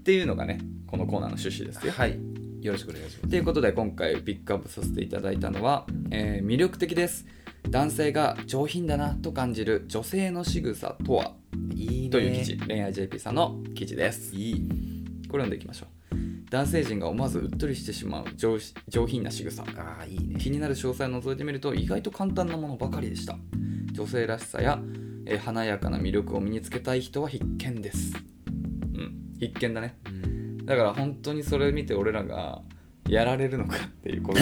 Speaker 2: ていうのがねこのコーナーの趣旨ですよ
Speaker 1: はいよろしくお願いします
Speaker 2: ということで今回ピックアップさせていただいたのは、えー魅力的です男性が上品だなと感じる女性の仕草とはい
Speaker 1: いね
Speaker 2: という記事、恋愛 JP さんの記事です
Speaker 1: いい
Speaker 2: これ読んでいきましょう男性陣が思わずうっとりしてしまう上上品な仕草
Speaker 1: ああいいね
Speaker 2: 気になる詳細を覗いてみると意外と簡単なものばかりでした女性らしさや、えー華やかな魅力を身につけたい人は必見ですうん必見だね
Speaker 1: うん
Speaker 2: だから本当にそれ見て俺らがやられるのかっていうこと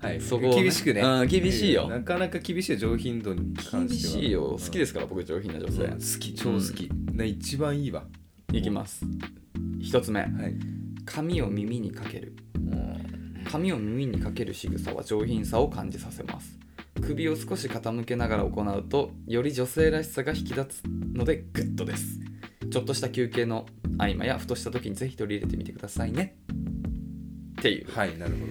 Speaker 2: はいそこをね
Speaker 1: 厳しくね、
Speaker 2: うん厳しいよ
Speaker 1: なかなか厳しいよ上品度に関
Speaker 2: 厳
Speaker 1: しては、
Speaker 2: しいよ好きですすから僕上品な女
Speaker 1: うん
Speaker 2: 性
Speaker 1: 好き超好き、な一番いいわ
Speaker 2: いきます一つ目
Speaker 1: はい、
Speaker 2: 髪を耳にかける髪を耳にかける仕草は上品さを感じさせます首を少し傾けながら行うとより女性らしさが引き立つのでグッドですちょっとした休憩の合間やふとした時にぜひ取り入れてみてくださいねっていう
Speaker 1: はいなるほど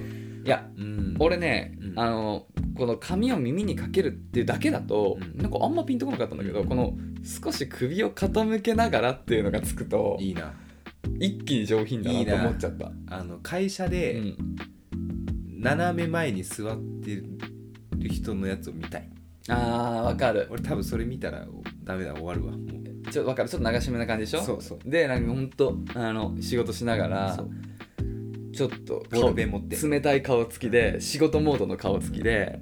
Speaker 2: いや
Speaker 1: うん
Speaker 2: 俺ね、
Speaker 1: うん
Speaker 2: あのこの髪を耳にかけるっていうだけだと、
Speaker 1: うん
Speaker 2: なんかあんまピンとこなかったんだけどこの少し首を傾けながらっていうのがつくと
Speaker 1: いいな
Speaker 2: 一気に上品だなと思っちゃった
Speaker 1: あの会社で、
Speaker 2: うん
Speaker 1: 斜め前に座ってる人のやつを見たい
Speaker 2: あーわかる
Speaker 1: 俺多分それ見たらダメだ終わるわもう
Speaker 2: ちょわかるちょっと流し目な感じでしょ
Speaker 1: そうそう
Speaker 2: でなんかほんとあの仕事しながら
Speaker 1: そう
Speaker 2: ちょっと
Speaker 1: ボールペン持って
Speaker 2: 冷たい顔つきで仕事モードの顔つきで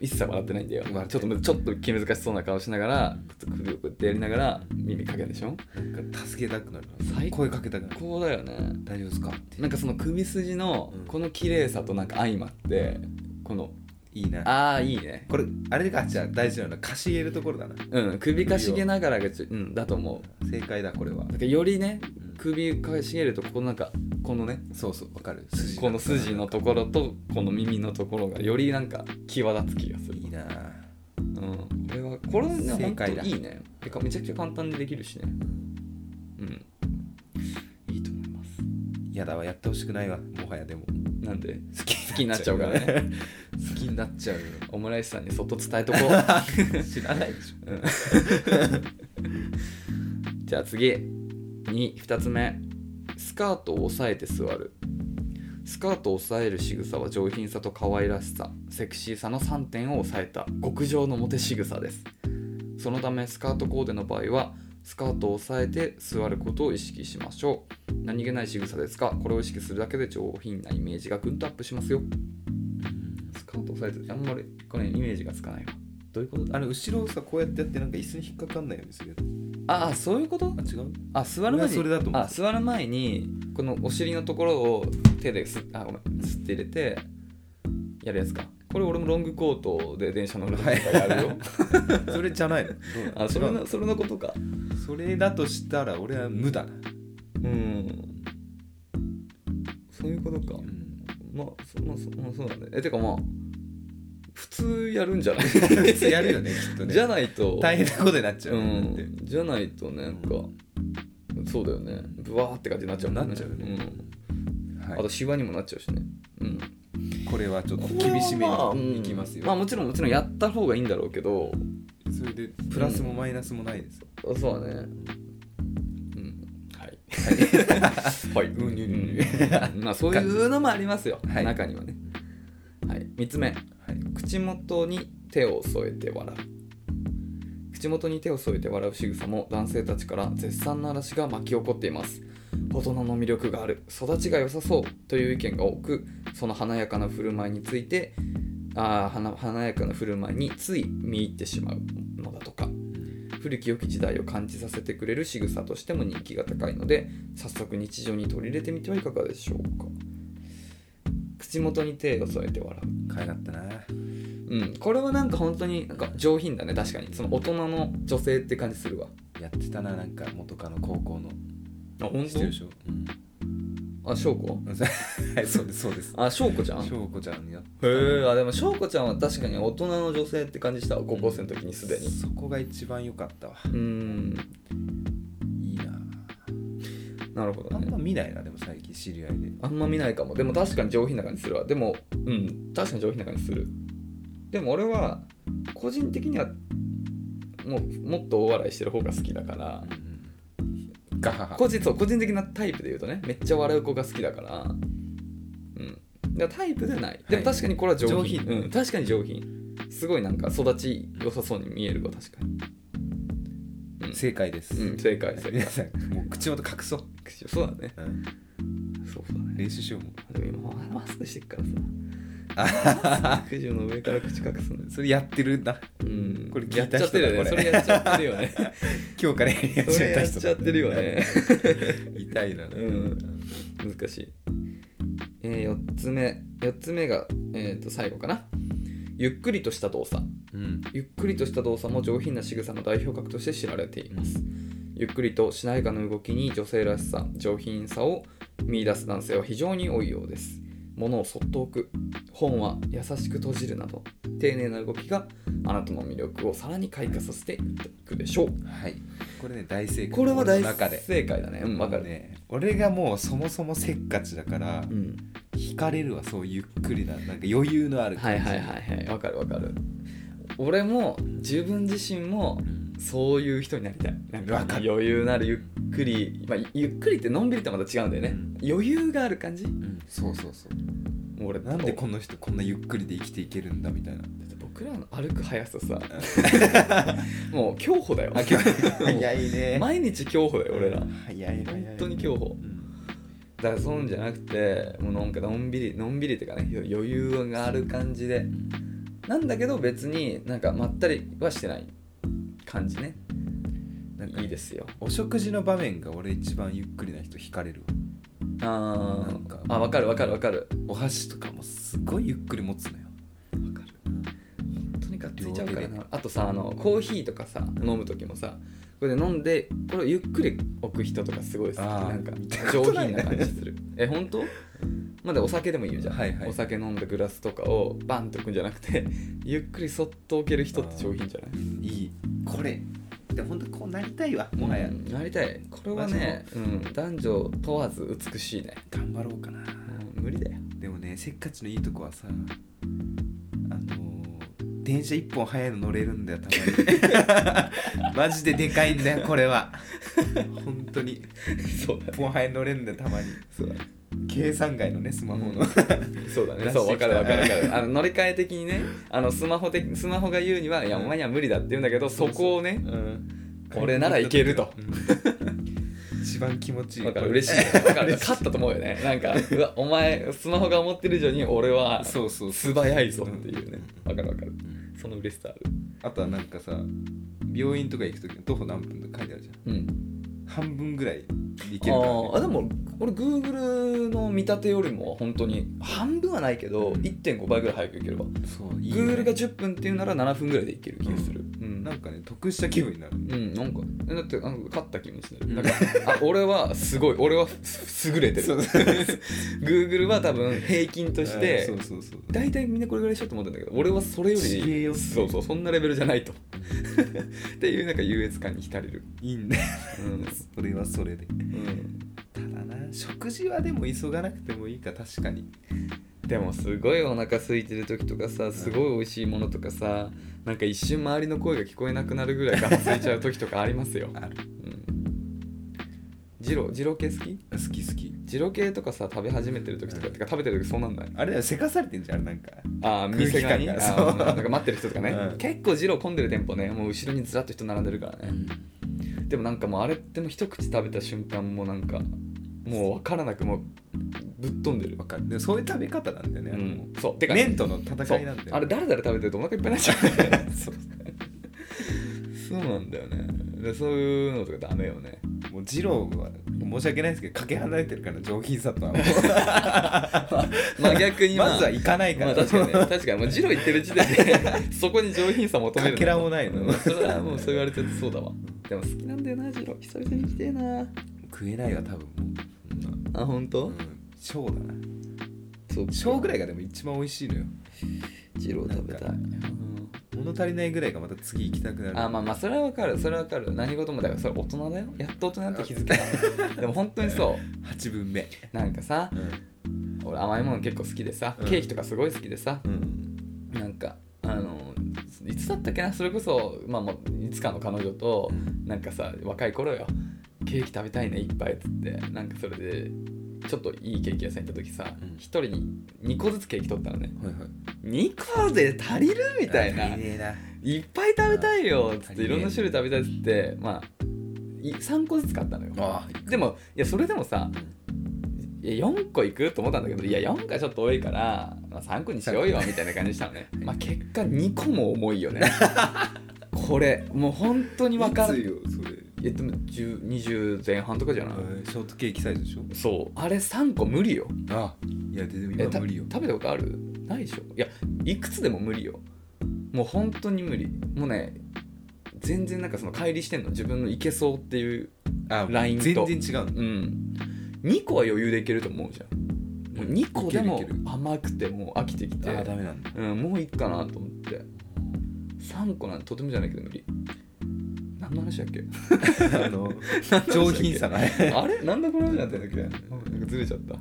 Speaker 2: 一切笑ってないんだよ
Speaker 1: 笑って
Speaker 2: ちょっとむちょっと気難しそうな顔しながらちょっと首をこうやってやりながら耳かけるでしょ
Speaker 1: なんか助けたくなる
Speaker 2: 最高
Speaker 1: 声かけたくなる
Speaker 2: こうだよね
Speaker 1: 大丈夫ですかって
Speaker 2: なんかその首筋の
Speaker 1: うん
Speaker 2: この綺麗さとなんか相まってこの
Speaker 1: いいな
Speaker 2: ああいいね
Speaker 1: これあれかじゃあ大事なのはかしげるところだな
Speaker 2: うん首かしげながらがちょうんだと思
Speaker 1: 正解だこれは
Speaker 2: うだからよりね
Speaker 1: うん
Speaker 2: 首かしげるとここなんかこのね
Speaker 1: そうそうわかる筋が
Speaker 2: この筋のところとこの耳のところがよりなんか際立つ気がする
Speaker 1: いいな
Speaker 2: うん、これはこれね
Speaker 1: 正解だ
Speaker 2: 本当いいねてかめちゃくちゃ簡単にできるしねうんいいと思います
Speaker 1: やだわやってほしくないわもはやでも
Speaker 2: なんで好き好きになっちゃうからね
Speaker 1: 好きになっちゃうよ
Speaker 2: オムライスさんにそっと伝えとこう、
Speaker 1: 知らないでしょ
Speaker 2: うんじゃあ次22つ目スカートを押さえて座るスカートを押さえる仕草は上品さと可愛らしさセクシーさの3点を抑えた極上のモテ仕草ですそのためスカートコーデの場合はスカートを押さえて座ることを意識しましょう何気ない仕草ですがこれを意識するだけで上品なイメージがぐんとアップしますよスカート押さえてあんまりこれイメージがつかないわどういうことだ
Speaker 1: あの後ろをさこうやってやってなんか椅子に引っかかんないようにするやつ
Speaker 2: ああそういうこと
Speaker 1: あ違う
Speaker 2: あ座る前に
Speaker 1: 俺はそれだと思う
Speaker 2: あ座る前にこのお尻のところを手ですあごめん吸って入れてやるやつかこれ俺もロングコートで電車乗るとか やるよ
Speaker 1: それじゃないの
Speaker 2: あそれ
Speaker 1: 違う
Speaker 2: のそれのことか
Speaker 1: のそれだとしたら俺は無だな、
Speaker 2: うんそういうことか
Speaker 1: うん、
Speaker 2: まあそ,、まあ、そまあそうなんだねえてかまあ普通やるんじゃない
Speaker 1: やるよねきっとね
Speaker 2: じゃないと
Speaker 1: 大変なことになっちゃう
Speaker 2: う
Speaker 1: よねだっ
Speaker 2: ん
Speaker 1: て、
Speaker 2: じゃないとねなんか、そうだよねブワーって感じになっちゃうもん
Speaker 1: なっちゃうよね
Speaker 2: うん
Speaker 1: は
Speaker 2: あ
Speaker 1: い
Speaker 2: と、シワにもなっちゃうしねうん
Speaker 1: これはちょっと厳しめにいきますよ、
Speaker 2: まあもちろんもちろんやった方がいいんだろうけど
Speaker 1: それでプラスもマイナスもないですよ、
Speaker 2: あそうだねうんはいはいうんうん うんまあそういうのもありますよ、
Speaker 1: はい
Speaker 2: 中にはねはい3つ目
Speaker 1: はい
Speaker 2: 口元に手を添えて笑う口元に手を添えて笑う仕草も男性たちから絶賛の嵐が巻き起こっています大人の魅力がある育ちが良さそうという意見が多くその華やかな振る舞いについてあー華華やかな振る舞いについ見入ってしまうのだとか古き良き時代を感じさせてくれる仕草としても人気が高いので早速日常に取り入れてみてはいかがでしょうか口元に手を添えて笑う
Speaker 1: 可愛かったな
Speaker 2: うん、これはなんか本当になんか上品だね確かにその大人の女性って感じするわ
Speaker 1: やってたななんか元カノ高校の
Speaker 2: あ本
Speaker 1: してるでしょ、うん
Speaker 2: あ翔子
Speaker 1: はい、そうですそうです。
Speaker 2: あ翔子ちゃんへ
Speaker 1: 翔子ちゃんにやっ
Speaker 2: えあでも翔子ちゃんは確かに大人の女性って感じしたわ高校生の時にすでに
Speaker 1: そこが一番良かったわ。
Speaker 2: うん
Speaker 1: いいな。
Speaker 2: なるほど
Speaker 1: あんま
Speaker 2: ね
Speaker 1: 見ないなでも最近知り合いで。
Speaker 2: あんま見ないかもでも確かに上品な感じするわでもうん確かに上品な感じするでも俺は個人的にはもうもっと大笑いしてる方が好きだから
Speaker 1: ガハハ。
Speaker 2: 個人そう個人的なタイプで言うとねめっちゃ笑う子が好きだからうんだからタイプではないでも確かにこれは上品,、
Speaker 1: 上品
Speaker 2: うん、確かに上品すごいなんか育ち良さそうに見えるわ確かにうん、
Speaker 1: 正解です。
Speaker 2: うん、正解正 解
Speaker 1: 皆さんもう口元隠そう。
Speaker 2: そうだねそうだね
Speaker 1: 練習しようも
Speaker 2: でも今マスクしてっからさマスク中の上から口隠すん
Speaker 1: う。
Speaker 2: です
Speaker 1: それやってるな。
Speaker 2: うん
Speaker 1: これ聞
Speaker 2: や
Speaker 1: い
Speaker 2: っち
Speaker 1: た
Speaker 2: ゃっ
Speaker 1: 人
Speaker 2: てる
Speaker 1: だ
Speaker 2: よ
Speaker 1: こ
Speaker 2: ねそ
Speaker 1: れ
Speaker 2: れやっちゃってるよね
Speaker 1: 今日 からやり
Speaker 2: そ
Speaker 1: 始
Speaker 2: れ
Speaker 1: めた
Speaker 2: やっ
Speaker 1: 人
Speaker 2: ちゃってるよ。ね
Speaker 1: 痛いな。
Speaker 2: うん難しい、えー、4つ目4つ目が、えー、と最後かなゆっくりとした動作
Speaker 1: うん。
Speaker 2: ゆっくりとした動作も上品な仕草の代表格として知られていますゆっくりとしなやかな動きに女性らしさ上品さを見出す男性は非常に多いようです物をそっと置く本は優しく閉じるなど丁寧な動きがあなたの魅力をさらに開花させていくでしょう
Speaker 1: はい。これね大正解。
Speaker 2: これは大
Speaker 1: 俺の中で。
Speaker 2: 正解だねうんわかる、
Speaker 1: ね。俺がもうそもそもせっかちだから
Speaker 2: う、ん
Speaker 1: 惹かれるはそうゆっくりななんか余裕のある
Speaker 2: は
Speaker 1: 感
Speaker 2: い
Speaker 1: じ。
Speaker 2: はいはいはいわかるわかる俺も自分自身も
Speaker 1: うん。
Speaker 2: そういう人になりたいなん
Speaker 1: わ
Speaker 2: か
Speaker 1: かる
Speaker 2: 余裕のあるゆっくり、まあ、ゆっくりってのんびりとはまた違うんだよね、
Speaker 1: うん
Speaker 2: 余裕がある感じ
Speaker 1: うんそうそうそう。
Speaker 2: 俺
Speaker 1: なんでこの人こんなゆっくりで生きていけるんだみたいな。
Speaker 2: だって僕らの歩く速ささ もう競歩だよも
Speaker 1: いう ね
Speaker 2: 毎日競歩だよ俺ら
Speaker 1: 早い
Speaker 2: 本当に競歩
Speaker 1: うん
Speaker 2: だからそうじゃなくてもうなんかのんびりのんびりっていうかね余裕がある感じでなんだけど別になんかまったりはしてない感じねなんかいいですよ
Speaker 1: お食事の場面が俺一番ゆっくりな人惹かれるわ
Speaker 2: あ
Speaker 1: なんか
Speaker 2: ーあ分かる分かる分かる
Speaker 1: お箸とかもすごいゆっくり持つのよ
Speaker 2: 分かる本当にがっついちゃうから
Speaker 1: 両手
Speaker 2: なあとさあのコーヒーとかさ飲む時もさこれで飲んでこれをゆっくり置く人とかすごい好き
Speaker 1: あー
Speaker 2: なんか
Speaker 1: 見たこ
Speaker 2: 上
Speaker 1: とない
Speaker 2: 品
Speaker 1: ね
Speaker 2: な感じする え本当まだお酒でもいいじゃん、
Speaker 1: はいはい
Speaker 2: お酒飲んだグラスとかをバンと置くんじゃなくて ゆっくりそっと置ける人って上品じゃない
Speaker 1: いいこれで本当こうなりたいわもはや、
Speaker 2: うんなりたいこれはね、うん、男女問わず美しいね、
Speaker 1: 頑張ろうかな
Speaker 2: うん、無理だよ
Speaker 1: でもねせっかちのいいとこはさあのー電車一本早いの乗れるんだよたまにマジででかいんだよこれ は本当 に
Speaker 2: そうだ
Speaker 1: 一本早いの乗れるんだよたまに
Speaker 2: そうだね
Speaker 1: 計算外のねスマホの、
Speaker 2: うんそうだね。そう、わかるわかるわかる。あの乗り換え的にね、あのスマホ的スマホが言うには、いや、
Speaker 1: うん
Speaker 2: お前には無理だって言うんだけど、そこをね、俺ならいけると。
Speaker 1: 一番気持ちいい
Speaker 2: わかる、嬉しい。わかる、勝ったと思うよね。なんか、うわ、お前、スマホが思ってる以上に、俺は
Speaker 1: そうそうそう
Speaker 2: 素早いぞっていうね。わかるわかる
Speaker 1: ん。
Speaker 2: その嬉しさある。
Speaker 1: あとはなんかさ病院とか行く時の徒歩何分とか書いてあるじゃん
Speaker 2: うん。
Speaker 1: 半分ぐらいで行
Speaker 2: あ
Speaker 1: けるから、ね
Speaker 2: ー、あでも、俺、Google の見立てよりも、本当に、半分はないけど、1.5倍ぐらい早くいければ。
Speaker 1: そういい、ね、
Speaker 2: Google が10分っていうなら、7分ぐらいでいける気がする。うん
Speaker 1: なんかね得した気分になる
Speaker 2: うん、なんかえだってあの勝った気もする、
Speaker 1: うん
Speaker 2: なんかあ俺はすごい俺はす優れてる
Speaker 1: そう
Speaker 2: Google は多分平均として
Speaker 1: そうそうそう
Speaker 2: 大体みんなこれぐらいしようと思ってるんだけど俺はそれよ
Speaker 1: すげえ
Speaker 2: り
Speaker 1: よ
Speaker 2: そうそうそんなレベルじゃないと っていうなんか優越感に浸れる、
Speaker 1: いいんだよ
Speaker 2: うん
Speaker 1: それはそれで
Speaker 2: うん、
Speaker 1: ただな食事はでも急がなくてもいいか確かに、
Speaker 2: でもすごいお腹空いてる時とかさすごい美味しいものとかさなんか一瞬周りの声が聞こえなくなるぐらいが空いちゃう時とかありますよ
Speaker 1: ある
Speaker 2: うん、ジロジロ系好き
Speaker 1: 好き好き
Speaker 2: 二郎系とかさ食べ始めてる時とか、
Speaker 1: うん
Speaker 2: てか食べてる時そうなんだよ
Speaker 1: あれだよせかされてんじゃんあれなんか
Speaker 2: ああ
Speaker 1: 空気
Speaker 2: 店側
Speaker 1: 感
Speaker 2: に
Speaker 1: が
Speaker 2: あ
Speaker 1: そう
Speaker 2: ーなんか待ってる人とかね、
Speaker 1: うん
Speaker 2: 結構二郎混んでる店舗ねもう後ろにずらっと人並んでるからね、でもなんかもうあれってもう一口食べた瞬間もうなんかもう分からなくもうぶっ飛んでる
Speaker 1: わ、かるでもそういう食べ方なんだよね、
Speaker 2: う
Speaker 1: あれも
Speaker 2: ん、そうてか
Speaker 1: 麺との
Speaker 2: そ
Speaker 1: 戦
Speaker 2: う
Speaker 1: いなんだよね、
Speaker 2: あれ誰々食べてるとお腹いっぱいになっち ゃうそうそうなんだよねでそういうのとかダメよね
Speaker 1: もう二郎は申し訳ないですけどかけ離れてるから上品さと はもう
Speaker 2: まあ逆 に、
Speaker 1: まずは行かないか
Speaker 2: ま
Speaker 1: ら、
Speaker 2: あ確かに ね確かにもうジロ行ってる時点 でそこに上品さ求める
Speaker 1: かけらもないの
Speaker 2: うんそれはもうそう言われてるとそうだわでも好きなんだよなジロ久々に来てえな
Speaker 1: 食えないわ多分も
Speaker 2: あ本
Speaker 1: う、
Speaker 2: 当、
Speaker 1: うん、小だな
Speaker 2: そう
Speaker 1: 小ぐらいがでも一番美味しいのよ
Speaker 2: ジロ食べたい、うん
Speaker 1: 物足りないぐらいがまた次行きたくなる
Speaker 2: あまあまあそれはわかるそれはわかる何事もだよそれ大人だよやっと大人だって気づ けたでも本当にそ
Speaker 1: 8分目
Speaker 2: うなんかさ俺甘いもの結構好きでさ
Speaker 1: うん
Speaker 2: ケーキとかすごい好きでさ、
Speaker 1: うん
Speaker 2: なんかあのいつだったっけなそれこそ、まあ、もういつかの彼女と、なんかさ若い頃よケーキ食べたいね一杯っつってなんかそれでちょっといいケーキ屋さん行った時さ
Speaker 1: うん
Speaker 2: 一、人に2個ずつケーキ取ったのね
Speaker 1: はいはい
Speaker 2: 2個で足りるみたいな
Speaker 1: 足りねえない
Speaker 2: っぱい食べたいよっつ
Speaker 1: 足り
Speaker 2: って
Speaker 1: ねえ
Speaker 2: いろんな種類食べたいっつってまあ3個ずつ買ったのよ
Speaker 1: あ
Speaker 2: でもいやそれでもさいや4個いくと思ったんだけどいや4個はちょっと多いから、まあ、3個にしようよみたいな感じにしたの ねまあ結果2個も重いよ ねこれもう本当に分かる
Speaker 1: いつよそれ
Speaker 2: いやでも10 20前半とかじゃない、
Speaker 1: ショートケーキサイズでしょ
Speaker 2: そうあれ3個無理よ
Speaker 1: あいやでも
Speaker 2: えた
Speaker 1: 今無理よ
Speaker 2: 食べたことあるないでしょいやいくつでも無理よもう本当に無理もうね全然なんかその乖離してんの自分のいけそうっていう
Speaker 1: あ
Speaker 2: ラインと
Speaker 1: 全然違うの
Speaker 2: うん2個は余裕でいけると思うじゃんもう2個で
Speaker 1: い
Speaker 2: も
Speaker 1: けるいける
Speaker 2: 甘くてもう飽きてきて
Speaker 1: あダメなんだ
Speaker 2: うん、もういいかなと思って3個なんてとてもじゃないけど無理何の話だ っけ
Speaker 1: あの上品さがね
Speaker 2: あれなんだこの話になってんだっけなんかずれちゃった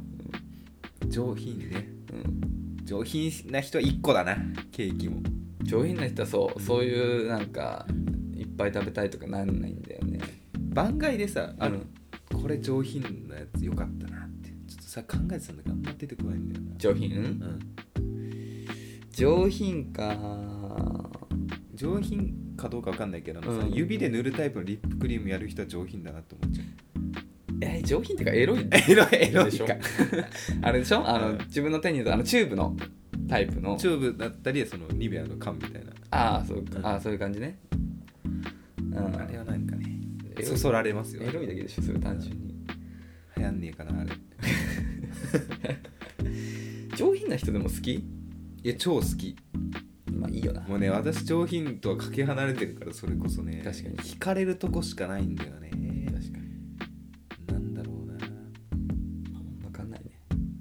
Speaker 1: 上品ね
Speaker 2: うん
Speaker 1: 上品な人は1個だなケーキも
Speaker 2: 上品な人はそうそういうなんかいっぱい食べたいとかなんないんだよね
Speaker 1: 番外でさあ
Speaker 2: あ
Speaker 1: の、
Speaker 2: の
Speaker 1: これ上品なやつよかったなってちょっとさ考えてたんだけどあんま出てこないんだよな
Speaker 2: 上品
Speaker 1: うん
Speaker 2: 上品か
Speaker 1: 上品かどうかわかんないけど、あのさ
Speaker 2: うん
Speaker 1: 指で塗るタイプのリップクリームやる人は上品だなと思っちゃう
Speaker 2: え上品ってかエロい
Speaker 1: エロいエロ
Speaker 2: で
Speaker 1: い
Speaker 2: しょ
Speaker 1: か
Speaker 2: あれでしょあの、
Speaker 1: うん
Speaker 2: 自分の手に入れたあのチューブのタイプの
Speaker 1: チューブだったりそのニベアの缶みたいな、
Speaker 2: ああそうああそういう感じねうん
Speaker 1: あれはなんかね
Speaker 2: エロい
Speaker 1: そそられますよ
Speaker 2: エロいだけでしょそれ単純に
Speaker 1: 流行んねえかなあれ
Speaker 2: 上品な人でも好き
Speaker 1: いや超好き
Speaker 2: まあいいよな
Speaker 1: もうね私上品とはかけ離れてるからそれこそね
Speaker 2: 確かに
Speaker 1: 惹かれるとこしかないんだよね
Speaker 2: 確かに
Speaker 1: なんだろうな
Speaker 2: 分かんないね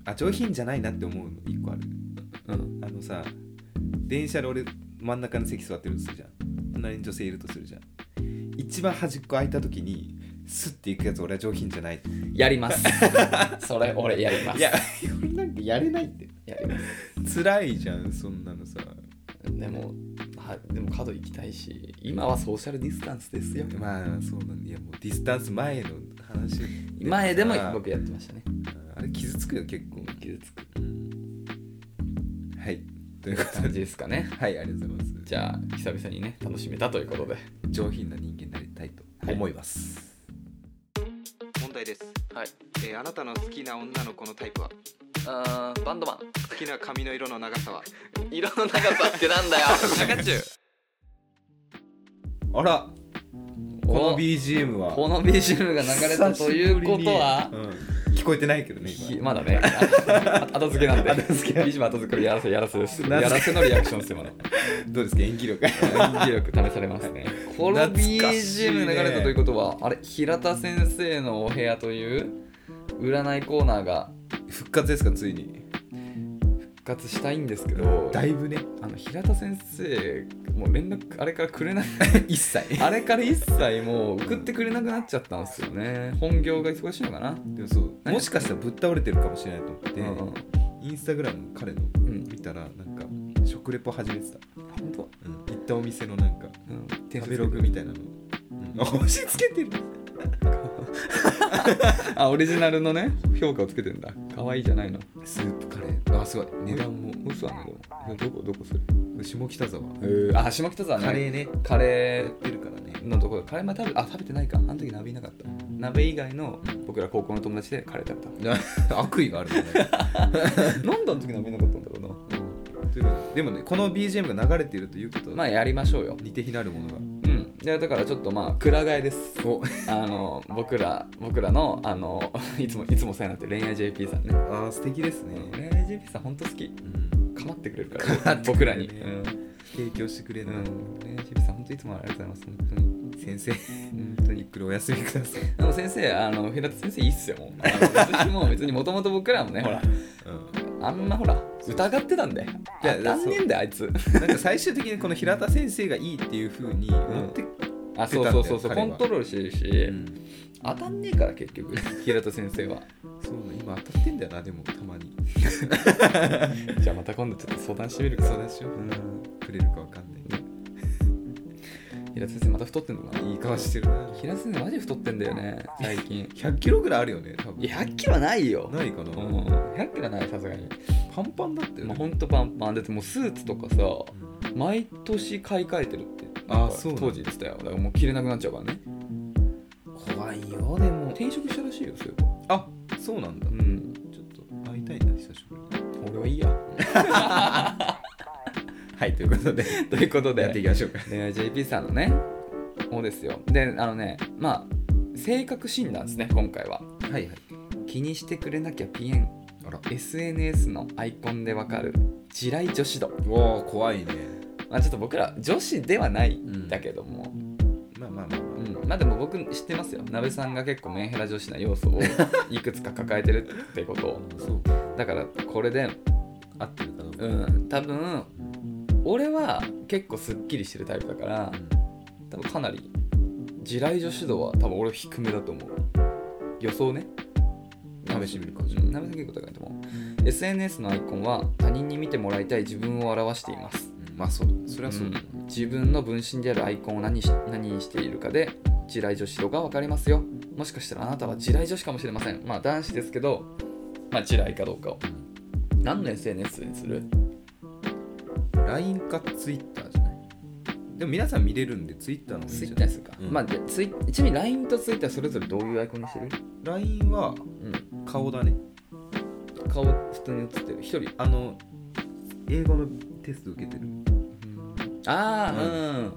Speaker 1: あ上品じゃないなって思うの一個ある
Speaker 2: うん
Speaker 1: あのさ電車で俺真ん中の席座ってるとするじゃん隣に女性いるとするじゃん一番端っこ空いた時にスッて行くやつ俺は上品じゃないと思
Speaker 2: やります それ俺やりま
Speaker 1: う
Speaker 2: す
Speaker 1: いや俺なんかやれないって
Speaker 2: やります
Speaker 1: 辛いじゃんそんなのさ
Speaker 2: でもはでも角行きたいし今はソーシャルディスタンスですよ
Speaker 1: まあそうなんだいやもうディスタンス前の話
Speaker 2: 前でも
Speaker 1: あ
Speaker 2: 僕やってましたね
Speaker 1: あれ傷つくよ結構
Speaker 2: 傷つく
Speaker 1: はいということ
Speaker 2: 感
Speaker 1: で
Speaker 2: じですかね
Speaker 1: はいありがとうございます
Speaker 2: じゃあ久々にね楽しめたということで
Speaker 1: 上品な人間になりたいと思います、問題です、
Speaker 2: はい
Speaker 1: えーあなたの好きな女の子のタイプは
Speaker 2: あーバンドマン
Speaker 1: 好きな髪の色の長さは
Speaker 2: 色の長さってなんだよ中 中
Speaker 1: あらこの BGM は
Speaker 2: この BGM が流れたということ
Speaker 1: 久し
Speaker 2: は
Speaker 1: ぶりにうん聞こえてないけどね
Speaker 2: ひ
Speaker 1: 今
Speaker 2: まだね 後付けなんで
Speaker 1: 後付け
Speaker 2: BGM 後付けやらせやらせです
Speaker 1: 懐
Speaker 2: や
Speaker 1: から
Speaker 2: せのリアクションですよまだ
Speaker 1: どうですか演技 力
Speaker 2: 演技力試されますね。この
Speaker 1: 懐かしいね
Speaker 2: BGM 流れたということは、あれ、平田先生のお部屋という占いコーナーが
Speaker 1: 復活ですかついに
Speaker 2: 復活したいんですけど、
Speaker 1: だいぶ ね
Speaker 2: あの平田先生、もう連絡、あれからく れない、
Speaker 1: 一切
Speaker 2: あれから一切もう送ってくれなくなっちゃったんですよね。本業が忙しいのかな。
Speaker 1: でもそうもしかしたらぶっ倒れてるかもしれないと思って、
Speaker 2: うんうん
Speaker 1: インスタグラム彼の
Speaker 2: うん
Speaker 1: 見たらなんか食レポ始めてた、
Speaker 2: 本当
Speaker 1: うん、行ったお店のなんか
Speaker 2: うん、
Speaker 1: 食べログみたいなの、うん、押し付けてる
Speaker 2: あ、オリジナルのね、評価をつけてんだ。可愛いじゃないの。
Speaker 1: スープカレーあすごい値段も
Speaker 2: 嘘なのどこどこそれ
Speaker 1: 下北沢
Speaker 2: えー、あ、下北沢ね。
Speaker 1: カレーね
Speaker 2: カレ
Speaker 1: や
Speaker 2: ー
Speaker 1: ってるからね
Speaker 2: のところカレーまで食べあ食べてないかあの時鍋いなかった鍋以外の僕ら高校の友達でカレー食べ
Speaker 1: 悪意があるよね、
Speaker 2: たなんであの時鍋いなかったんだろ
Speaker 1: ということででもねこの BGM が流れているということは、
Speaker 2: うなまあやりましょうよ
Speaker 1: 似て非なるものが
Speaker 2: うんでだからちょっとまあくら替えです
Speaker 1: お
Speaker 2: あの僕ら僕らのあのいつもいつもお世話になってる恋愛 JP さんね
Speaker 1: あー素敵ですね、
Speaker 2: 恋愛 JP さん本当好き
Speaker 1: うん、
Speaker 2: 構ってくれるか
Speaker 1: 構
Speaker 2: ら
Speaker 1: ってく
Speaker 2: 僕
Speaker 1: れ
Speaker 2: ら
Speaker 1: るね
Speaker 2: にうん
Speaker 1: 提供してくれ
Speaker 2: う
Speaker 1: るな、
Speaker 2: ん恋愛 JP さん本当いつもありがとうございます本当に
Speaker 1: 先生
Speaker 2: 本
Speaker 1: 本当にくるお休みください、
Speaker 2: でも先生あの平田先生いいっすよもうあの私も別にもともと僕らもねほら
Speaker 1: うん
Speaker 2: あんなほら疑ってたんでい
Speaker 1: や
Speaker 2: や残念だよあいつ
Speaker 1: なんか最終的にこの平田先生がいいっていう風に持ってく
Speaker 2: あそうそうそうそう
Speaker 1: 彼
Speaker 2: コ
Speaker 1: は
Speaker 2: ントロールしてるし、
Speaker 1: うん
Speaker 2: 当たんねえから結局 平田先生は
Speaker 1: そうね今当たってんだよなでもたまに
Speaker 2: じゃあまた今度ちょっと相談してみるか
Speaker 1: 相談しよう、くれるかわかんない
Speaker 2: 平田先生また太ってんのかない
Speaker 1: い顔してるな
Speaker 2: 平田先生マジ太ってんだよね最近
Speaker 1: 100キロぐらいあるよね多分
Speaker 2: いや100キロはないよ
Speaker 1: ないかな、
Speaker 2: うん100キロはないさすがに
Speaker 1: パンパンだったよね
Speaker 2: まあ、ほんとパンパンだってもうスーツとかさ
Speaker 1: うん
Speaker 2: 毎年買い替えてるって
Speaker 1: あ
Speaker 2: なんか
Speaker 1: そうなんだ
Speaker 2: 当時言ってたよだからもう着れなくなっちゃうからね
Speaker 1: 怖いよでも
Speaker 2: 転職したらしいよそういえば
Speaker 1: あそうなんだ
Speaker 2: うん
Speaker 1: ちょっと会いたいな久しぶりに
Speaker 2: 俺はいい や
Speaker 1: はいということで
Speaker 2: ということ で
Speaker 1: やっていきましょうか
Speaker 2: 恋愛 JP さんのね方ですよであのねまあ性格診断ですね今回は
Speaker 1: はいはい
Speaker 2: 気にしてくれなきゃピエン
Speaker 1: あら
Speaker 2: SNS のアイコンでわかる地雷女子度、
Speaker 1: うわー怖いね
Speaker 2: まあ、ちょっと僕ら女子ではないんだけども、
Speaker 1: まあまあまあ
Speaker 2: う
Speaker 1: まあ、
Speaker 2: んまあでも僕知ってますよ鍋さんが結構メンヘラ女子な要素をいくつか抱えてるってことを
Speaker 1: そう
Speaker 2: だからこれで
Speaker 1: 合ってるかどうか、
Speaker 2: うん多分俺は結構すっきりしてるタイプだから多分かなり地雷女子度は多分俺低めだと思う予想ね
Speaker 1: うん試してみるか
Speaker 2: うん
Speaker 1: じゃあ
Speaker 2: 舐めすぎることがないと思う SNS のアイコンは他人に見てもらいたい自分を表しています
Speaker 1: うんまあそうそれはそう、
Speaker 2: うん自分の分身であるアイコンを何し何にしているかで地雷女子度が分かりますよもしかしたらあなたは地雷女子かもしれませんまあ男子ですけどまあ地雷かどうかを何の SNS にする
Speaker 1: LINE か Twitter じゃないでも皆さん見れるんで Twitter の方がいいん
Speaker 2: ツ
Speaker 1: じ
Speaker 2: イ
Speaker 1: ゃ
Speaker 2: ッ
Speaker 1: ない
Speaker 2: ターにするか、
Speaker 1: うん
Speaker 2: まあでツイちなみに LINE とツイッターそれぞれどういうアイコンにしてる、
Speaker 1: LINE は
Speaker 2: うん、
Speaker 1: 顔だね
Speaker 2: 顔普通に写ってる一人
Speaker 1: あの英語のテスト受けてる
Speaker 2: ああうん、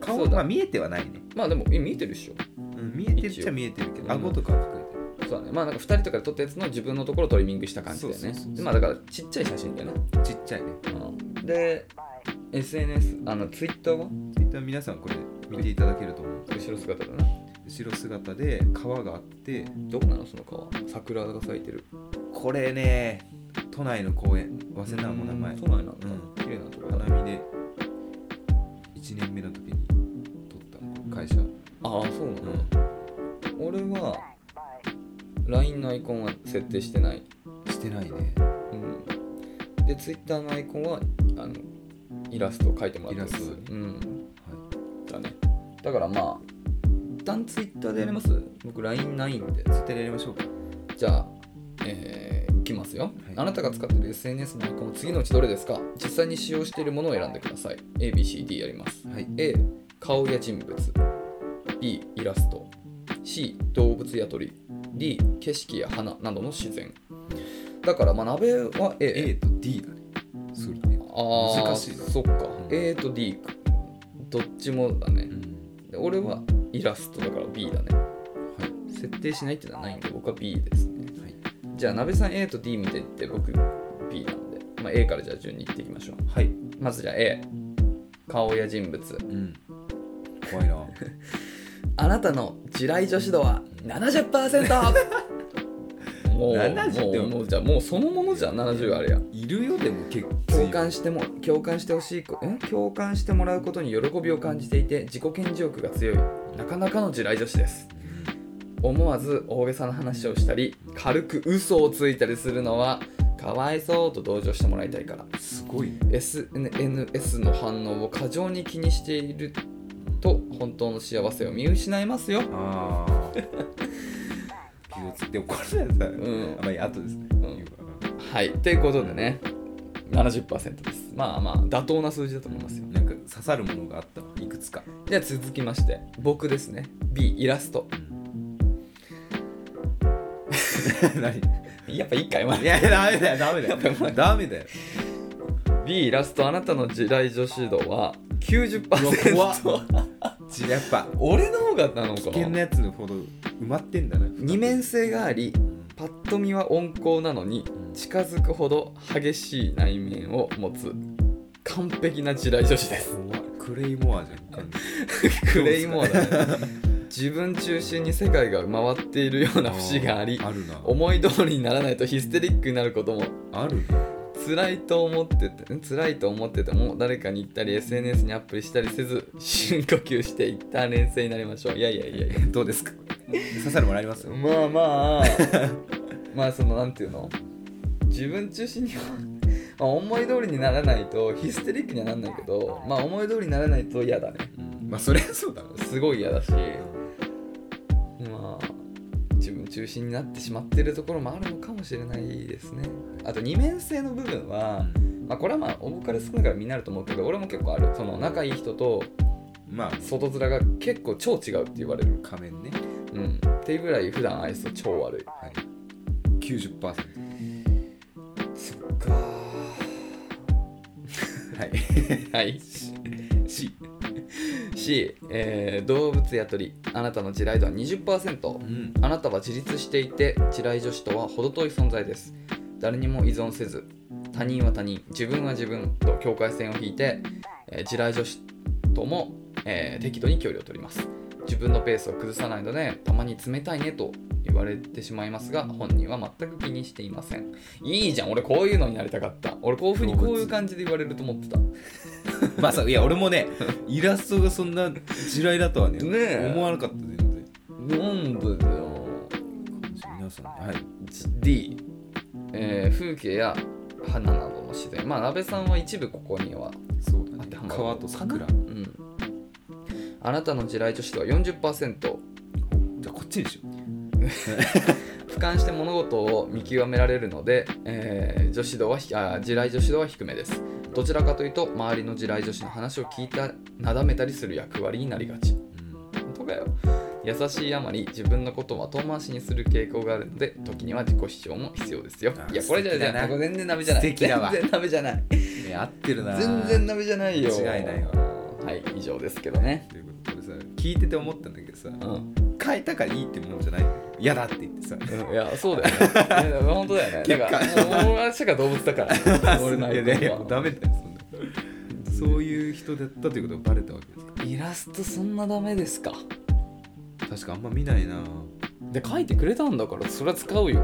Speaker 1: 顔
Speaker 2: そう
Speaker 1: は
Speaker 2: だ
Speaker 1: まあ見えてはないね、
Speaker 2: まあでもえ見えてるっしょ
Speaker 1: うん、見えてるっち
Speaker 2: 一
Speaker 1: ゃ
Speaker 2: 応
Speaker 1: 見えてるけ
Speaker 2: う
Speaker 1: ど
Speaker 2: ん
Speaker 1: 顎とかは隠れてる
Speaker 2: そうだねまあなんか2人とかで撮ったやつの自分のところをトリミングした感じだよね
Speaker 1: そうそうそうそう
Speaker 2: でまあだからちっちゃい写真だよね、
Speaker 1: ちっちゃいね
Speaker 2: うん、で SNS あの Twitter は
Speaker 1: Twitter 皆さんこれ見ていただけると思う
Speaker 2: 後ろ姿だな
Speaker 1: 後ろ姿で川があって
Speaker 2: どこなのその川桜が咲いてる
Speaker 1: これね都内の公園早稲田も名前
Speaker 2: 都内なんだ、
Speaker 1: うん
Speaker 2: 綺麗なところだね
Speaker 1: 花見で1年目の時に撮った会社、
Speaker 2: ああそうなの、俺は LINE のアイコンは設定してない、
Speaker 1: してないね
Speaker 2: うん、で Twitter のアイコンはあのイラストを描いてもらってま
Speaker 1: イ
Speaker 2: す
Speaker 1: ラスト
Speaker 2: うん
Speaker 1: は
Speaker 2: だねだからまあ一旦 Twitter でやります僕 LINE ないんで
Speaker 1: い絶対やりましょうか
Speaker 2: じゃあえーいきますよ、
Speaker 1: い
Speaker 2: あなたが使っている SNS のアイコン次のうちどれですか実際に使用しているものを選んでください ABCD やります
Speaker 1: はい
Speaker 2: A 顔や人物 B イラスト C 動物や鳥 D 景色や花などの自然だからまあ鍋は A,
Speaker 1: A と D だねそうだね
Speaker 2: あー
Speaker 1: 難しいな
Speaker 2: そっか、
Speaker 1: ん
Speaker 2: A と D かどっちもだね
Speaker 1: う、ん
Speaker 2: で俺はイラストだから B だね
Speaker 1: はい
Speaker 2: 設定しないってのはないんで僕は B ですね
Speaker 1: はい
Speaker 2: じゃあ鍋さん A と D 見ていって僕 B なんで、まあ、A からじゃあ順にいっていきましょう
Speaker 1: はい
Speaker 2: まずじゃあ A 顔や人物
Speaker 1: うん怖い な
Speaker 2: あなたの地雷女子度は 70%! もう
Speaker 1: 70でも
Speaker 2: もうもうじゃあもうそのものじゃん70あれや
Speaker 1: いるよでも結構
Speaker 2: 共感しても共感してほしいこん共感してもらうことに喜びを感じていて自己顕示欲が強いなかなかの地雷女子です思わず大げさな話をしたり軽く嘘をついたりするのはかわいそうと同情してもらいたいから
Speaker 1: すごい
Speaker 2: SNS の反応を過剰に気にしていると本当の幸せを見失いますよ
Speaker 1: ああ気をつけて怒られたやつだね
Speaker 2: うん
Speaker 1: あまり後ですね、
Speaker 2: んはいということでね70%ですまあまあ妥当な数字だと思いますよ
Speaker 1: なんか刺さるものがあったわいくつか、
Speaker 2: じゃあ続きまして僕ですね B イラスト
Speaker 1: 何
Speaker 2: やっぱ一回前
Speaker 1: いやダメだよダメだ
Speaker 2: やっぱりも
Speaker 1: よダメだよ
Speaker 2: B イラストあなたの地雷女子度は90%
Speaker 1: うわじやっぱ
Speaker 2: 俺の方がなの
Speaker 1: 危
Speaker 2: か
Speaker 1: 険な
Speaker 2: な
Speaker 1: やつほど埋まってんだな
Speaker 2: 二面性があり
Speaker 1: うん
Speaker 2: パッと見は温厚なのに近づくほど激しい内面を持つ完璧な地雷女 子です
Speaker 1: 怖いクレイモアじゃん完全に
Speaker 2: クレイモーだね自分中心に世界が回っているような節があり
Speaker 1: あるな
Speaker 2: 思い通りにならないとヒステリックになることも
Speaker 1: あるな
Speaker 2: 辛いと思っててん辛いと思ってても誰かに言ったり SNS にアップしたりせず深呼吸して一旦冷静になりましょういやいやいやいや
Speaker 1: どうですか刺さるものありますよ
Speaker 2: まあまあまあそのなんていうの自分中心にはまあ思い通りにならないとヒステリックにはなんないけどまあ思い通りにならないと嫌だね
Speaker 1: うんまあそれはそうだろう
Speaker 2: すごい嫌だしまあ自分中心になってしまっているところもあるのかもしれないですねあと二面性の部分は、まあ、これはまあ僕から少ないからみんなあると思うけど俺も結構あるその仲いい人と
Speaker 1: まあ
Speaker 2: 外面が結構超違うって言われる、
Speaker 1: 仮面ね
Speaker 2: うん、っていうぐらい普段愛想超悪い
Speaker 1: はい90%は
Speaker 2: そっか
Speaker 1: い
Speaker 2: はい。
Speaker 1: C
Speaker 2: C、えー動物や鳥。あなたの地雷度は20%。
Speaker 1: うん
Speaker 2: あなたは自立していて、地雷女子とは程遠い存在です。誰にも依存せず、他人は他人、自分は自分と境界線を引いて、えー地雷女子とも、えー適度に距離を取ります。自分のペースを崩さないので、たまに冷たいねと言われてしまいますが、本人は全く気にしていません。いいじゃん、俺こういうのになりたかった。俺こういうふうにこういう感じで言われると思ってた。
Speaker 1: まさいや俺も ねイラストがそんな地雷だとはね
Speaker 2: ねえ
Speaker 1: 思わなかった全然
Speaker 2: なんでだよ
Speaker 1: 皆さんはい
Speaker 2: D、えー風景や花などの自然まあ鍋さんは一部ここには
Speaker 1: そうだ
Speaker 2: 当ては
Speaker 1: ね
Speaker 2: まる
Speaker 1: 川と桜
Speaker 2: かなうんあなたの地雷女子とは40%
Speaker 1: じゃあこっちにしよ
Speaker 2: 俯瞰して物事を見極められるので、えー女子度はひあー地雷女子度は低めですどちらかというと周りの地雷女子の話を聞いたなだめたりする役割になりがち
Speaker 1: う、うん
Speaker 2: 本当かよ優しいあまり自分のことは遠回しにする傾向があるので時には自己主張も必要ですよ
Speaker 1: あ
Speaker 2: いやこれじ
Speaker 1: 素敵だ
Speaker 2: ゃじ
Speaker 1: な
Speaker 2: ゃあこれ全然ダメじゃない
Speaker 1: 素敵だわ
Speaker 2: 全然ダメじゃない
Speaker 1: いや合ってるな
Speaker 2: 全然鍋じゃないよ
Speaker 1: 間違いないわ
Speaker 2: はい以上ですけどね
Speaker 1: ということでこれさ聞いてて思ったんだけどさ
Speaker 2: うん、
Speaker 1: 変えたからいいってもんじゃないんだよ嫌だって言ってさ
Speaker 2: うんいやそうだよ ねいや本当だよねだから俺はしか動物だから 俺の
Speaker 1: いやい
Speaker 2: 相
Speaker 1: やい
Speaker 2: 手
Speaker 1: や
Speaker 2: は
Speaker 1: ダメだよそんなそういう人だったということがバレたわけですか
Speaker 2: イラストそんなダメですか
Speaker 1: 確かあんま見ないな
Speaker 2: で書いてくれたんだからそれは使うよ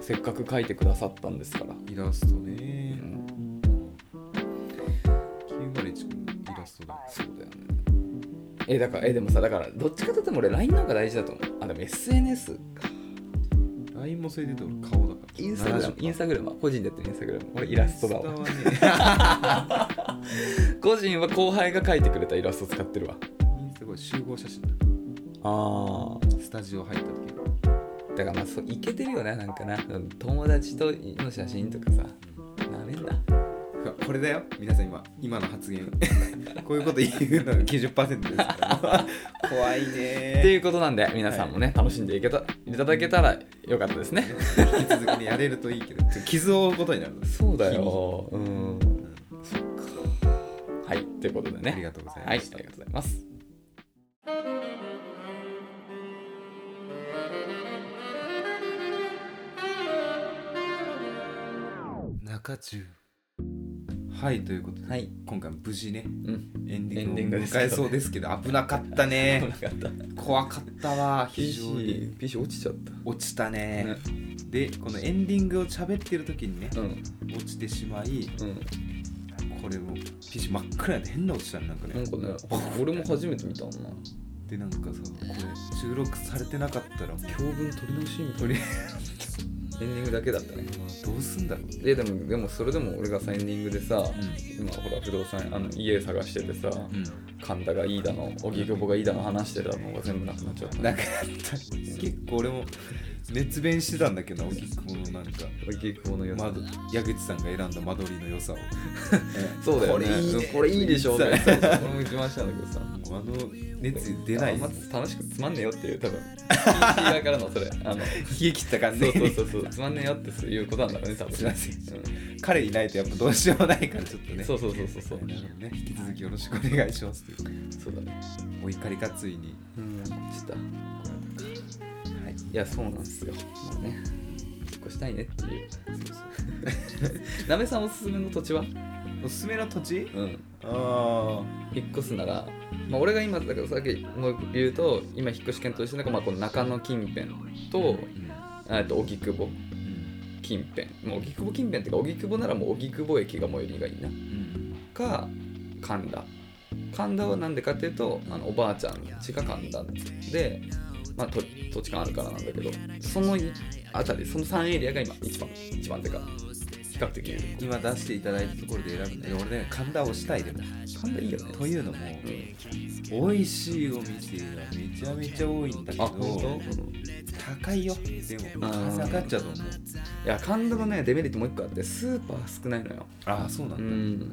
Speaker 2: せっかく書いてくださったんですから、
Speaker 1: イラスト
Speaker 2: う
Speaker 1: ね
Speaker 2: ん、
Speaker 1: 901のイラストだ
Speaker 2: そうだよねえだからえでもさだからどっちかというと俺 LINE なんか大事だと思うあでも SNS か
Speaker 1: LINE もそれで言うと顔だから
Speaker 2: インスタグラムインスタグラムは個人でやってるインスタグラム俺イラストだ
Speaker 1: イ
Speaker 2: わ
Speaker 1: ンスタはね
Speaker 2: 個人は後輩が書いてくれたイラスト使ってるわ
Speaker 1: インスタこれ集合写真だ
Speaker 2: あ
Speaker 1: スタジオ入った時の
Speaker 2: あだからまあそういけてるよねなんかな友達との写真とかさなめんな
Speaker 1: うわこれだよ皆さん今今の発 言こういうこと言うのが90%ですから怖いね
Speaker 2: っていうことなんで皆さんもね、楽しんでいけたいただけたらよかったですね
Speaker 1: 引き続きねやれるといいけどちょっと傷を負うことになるの
Speaker 2: そうだ
Speaker 1: 日
Speaker 2: ようん
Speaker 1: 々うん
Speaker 2: はいということで
Speaker 1: あり
Speaker 2: ね
Speaker 1: がとうござい
Speaker 2: は
Speaker 1: ま
Speaker 2: いあり
Speaker 1: し
Speaker 2: が
Speaker 1: た
Speaker 2: とうございます
Speaker 1: 中中はいということで、
Speaker 2: はい
Speaker 1: 今回も無事ね
Speaker 2: うん
Speaker 1: エンディ
Speaker 2: エンディ
Speaker 1: ン
Speaker 2: ン
Speaker 1: グ
Speaker 2: グ
Speaker 1: を
Speaker 2: です
Speaker 1: 迎えそうですけど危なかった
Speaker 2: 危
Speaker 1: ね
Speaker 2: なかった
Speaker 1: 怖かったわ非常に
Speaker 2: PC, PC 落ちちゃった
Speaker 1: 落ちたねでこのエンディングを喋ってる時にね
Speaker 2: うん
Speaker 1: 落ちてしまい
Speaker 2: うん
Speaker 1: これも PC 真っ暗で変な落ちたねなんかね
Speaker 2: なんか ね俺も初めて見たんな
Speaker 1: でなんかさこれ収録されてなかったらもう
Speaker 2: 教文取り直しみたい
Speaker 1: とりあ
Speaker 2: なエンディングだけだったね
Speaker 1: えずどうすんだろうね、
Speaker 2: ででもでもそれでも俺がさエンディングでさ、
Speaker 1: ん
Speaker 2: 今ほら不動産あの家探しててさ、
Speaker 1: うん、
Speaker 2: 神田がいいだの荻窪がいいだの話してたのが全部なくなっちゃった
Speaker 1: なんか結構俺も熱弁してたんだけどな荻窪のなんか
Speaker 2: 荻窪の良さ、
Speaker 1: 窓矢口さんが選んだ間取りの良さを
Speaker 2: そうだよね
Speaker 1: これいいね
Speaker 2: うんこれいいでしょって
Speaker 1: そう
Speaker 2: 言ってた俺も自慢 したんだけどさ
Speaker 1: あの熱出ない
Speaker 2: あんま
Speaker 1: 冷
Speaker 2: 楽しくつまんねえよっていう多 分 PC 側からの それあの
Speaker 1: え切った感じ
Speaker 2: そうそうそう そうつまんねえよってそういうことなんだろうね多分
Speaker 1: すいません
Speaker 2: う
Speaker 1: 彼いないとやっぱどうしようもないからちょっとね
Speaker 2: んそうそうそうそうそう
Speaker 1: なるほどね引き続きよろしくお願いしますという
Speaker 2: そうだね
Speaker 1: お怒りがついに
Speaker 2: うんした
Speaker 1: はい
Speaker 2: いやそうなんですよまあね引っ越したいねって いうなべさんおすすめの土地は
Speaker 1: おすすめの土地
Speaker 2: うん
Speaker 1: あ
Speaker 2: 引っ越すなら、まあ、俺が今だからさっきも言うと今引っ越し検討してるのが、まあ、この中野近辺と
Speaker 1: あ
Speaker 2: あえっと荻窪近辺もう荻窪近辺っていうか荻窪ならもう荻窪駅が最寄りがいいなか神田神田はなんでかっていうとあのおばあちゃんの家が神田で、まあ、と土地勘あるからなんだけどそのあたりその3エリアが今一番一番でか比較的
Speaker 1: 今出していただいたところで選ぶんだけど俺ね神田をしたいでも
Speaker 2: 神田いいよね
Speaker 1: というのも
Speaker 2: うん
Speaker 1: 美味しいお店がめちゃめちゃ多いんだけ
Speaker 2: あ本
Speaker 1: ど
Speaker 2: 当、うんい
Speaker 1: 高いよでも
Speaker 2: あー
Speaker 1: 下がっちゃうと思う
Speaker 2: や神田のねデメリットもう一個あってスーパー少ないのよ
Speaker 1: ああそうな
Speaker 2: うん
Speaker 1: だ
Speaker 2: ん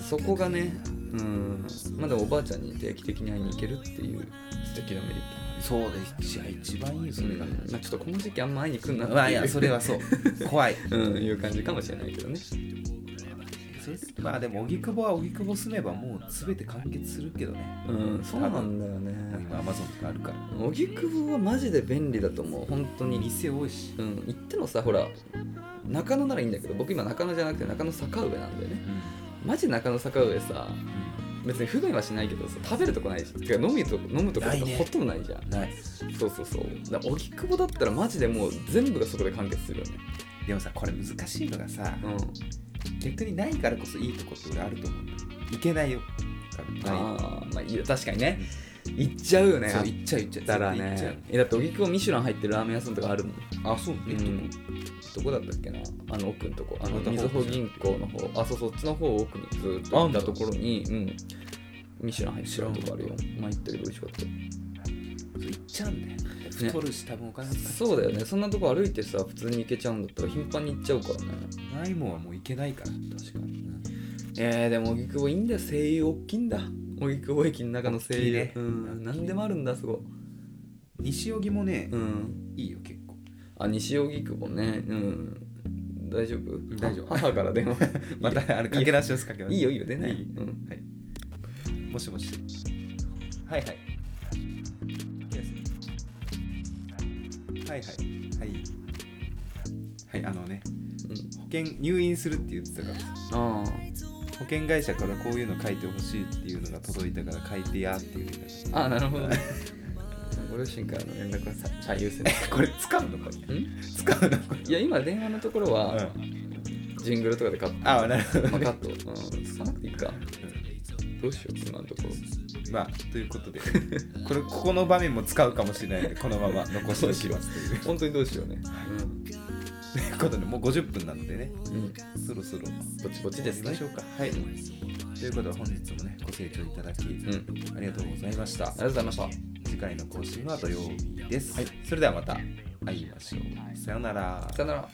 Speaker 2: そこがねうんまだおばあちゃんに定期的に会いに行けるっていう素敵なメリット
Speaker 1: そうですいや一番いいよそれが
Speaker 2: うんまあ、ちょっとこの時期あんま会いに来んなっていう
Speaker 1: うわいやそれは そう怖い
Speaker 2: うん、いう感じかもしれないけどね。
Speaker 1: それまあでも荻窪は荻窪住めばもう全て完結するけどね
Speaker 2: うん、そうなんだよ
Speaker 1: もう
Speaker 2: ね。
Speaker 1: 今アマゾンとかあるから
Speaker 2: 荻窪はマジで便利だと思う、本当に。
Speaker 1: 店多いし
Speaker 2: うん、行ってもさ、ほら、中野ならいいんだけど、僕今中野じゃなくて中野坂上なんだよね。マジ中野坂上さ、別に不便はしないけどさ、食べるとこないし、てか飲みと飲むとこ
Speaker 1: な
Speaker 2: と
Speaker 1: い
Speaker 2: か
Speaker 1: ね
Speaker 2: ほとんどないじゃん。
Speaker 1: ない
Speaker 2: そうそうそう。だから荻窪だったらマジでもう全部がそこで完結するよね。
Speaker 1: でもさこれ難しいのがさ
Speaker 2: うん。
Speaker 1: 逆にないからこそいいとこって俺あると思うんだよいけないよな
Speaker 2: ああ、まあいいよ確かにね。行っちゃうよ
Speaker 1: い
Speaker 2: ね。
Speaker 1: そう行っちゃう行っちゃう
Speaker 2: だから
Speaker 1: 絶対行
Speaker 2: ね
Speaker 1: っち。
Speaker 2: え、だって荻窪ミシュラン入ってるラーメン屋さんとかあるもん。
Speaker 1: ゃうあそうえっと
Speaker 2: うんどこだったっけなあの奥のとこあの
Speaker 1: また
Speaker 2: みずほ銀行の方あそうそっちの方を奥にずっと行ったところにうんミシュラン入ってるとこあるよ前行ったけど美味しかっ
Speaker 1: そう行っちゃうんだよ太るし多分お金も
Speaker 2: た
Speaker 1: か
Speaker 2: そうだよねそんなとこ歩いてさ普通に行けちゃうんだったら頻繁に行っちゃうからね
Speaker 1: かないもんはもういけないから
Speaker 2: 確かにえー、でも荻窪いいんだよ声優大きいんだ荻窪駅の中の声
Speaker 1: 大きい
Speaker 2: 優、
Speaker 1: ね
Speaker 2: うん何でもあるんだすごい
Speaker 1: 西荻もね
Speaker 2: うん
Speaker 1: いいよ結構
Speaker 2: あ西荻窪ねうん大丈夫
Speaker 1: ん大丈夫
Speaker 2: 母から 電話
Speaker 1: またあれ
Speaker 2: いい
Speaker 1: 駆
Speaker 2: よ
Speaker 1: け出しです駆け出し
Speaker 2: いいよいいよ出ない
Speaker 1: い
Speaker 2: うん
Speaker 1: はいもしもし
Speaker 2: はいはい
Speaker 1: はいはいはいはいあのね
Speaker 2: うん
Speaker 1: 保険入院するって言ってたから
Speaker 2: あ
Speaker 1: 保険会社からこういうの書いてほしいっていうのが届いたから書いてやって言って
Speaker 2: あああなるほどねご両親からの連絡はさ最優 先
Speaker 1: た これ使うのこれ
Speaker 2: ん
Speaker 1: 使うのこ
Speaker 2: いや今電話のところ
Speaker 1: れ、
Speaker 2: は、ジングルとかでカット
Speaker 1: あなるほど
Speaker 2: まあ、カット、うん、つかなくていいかどうしよう今のところ
Speaker 1: まあということでこれここの場面も使うかもしれないのでこのまま残しておきますという
Speaker 2: 本当にどうしようね
Speaker 1: という ことでもう50分なのでね
Speaker 2: うん、うん、
Speaker 1: そろそろ
Speaker 2: ぼちぼちです
Speaker 1: 終わりま
Speaker 2: ね
Speaker 1: しょうかはいということで本日もねご清聴いただき、
Speaker 2: うんあり
Speaker 1: ありがとうございました
Speaker 2: がとうございました
Speaker 1: 次回の更新は土曜日です、
Speaker 2: はい
Speaker 1: それではまた会いましょうさようなら
Speaker 2: さよなら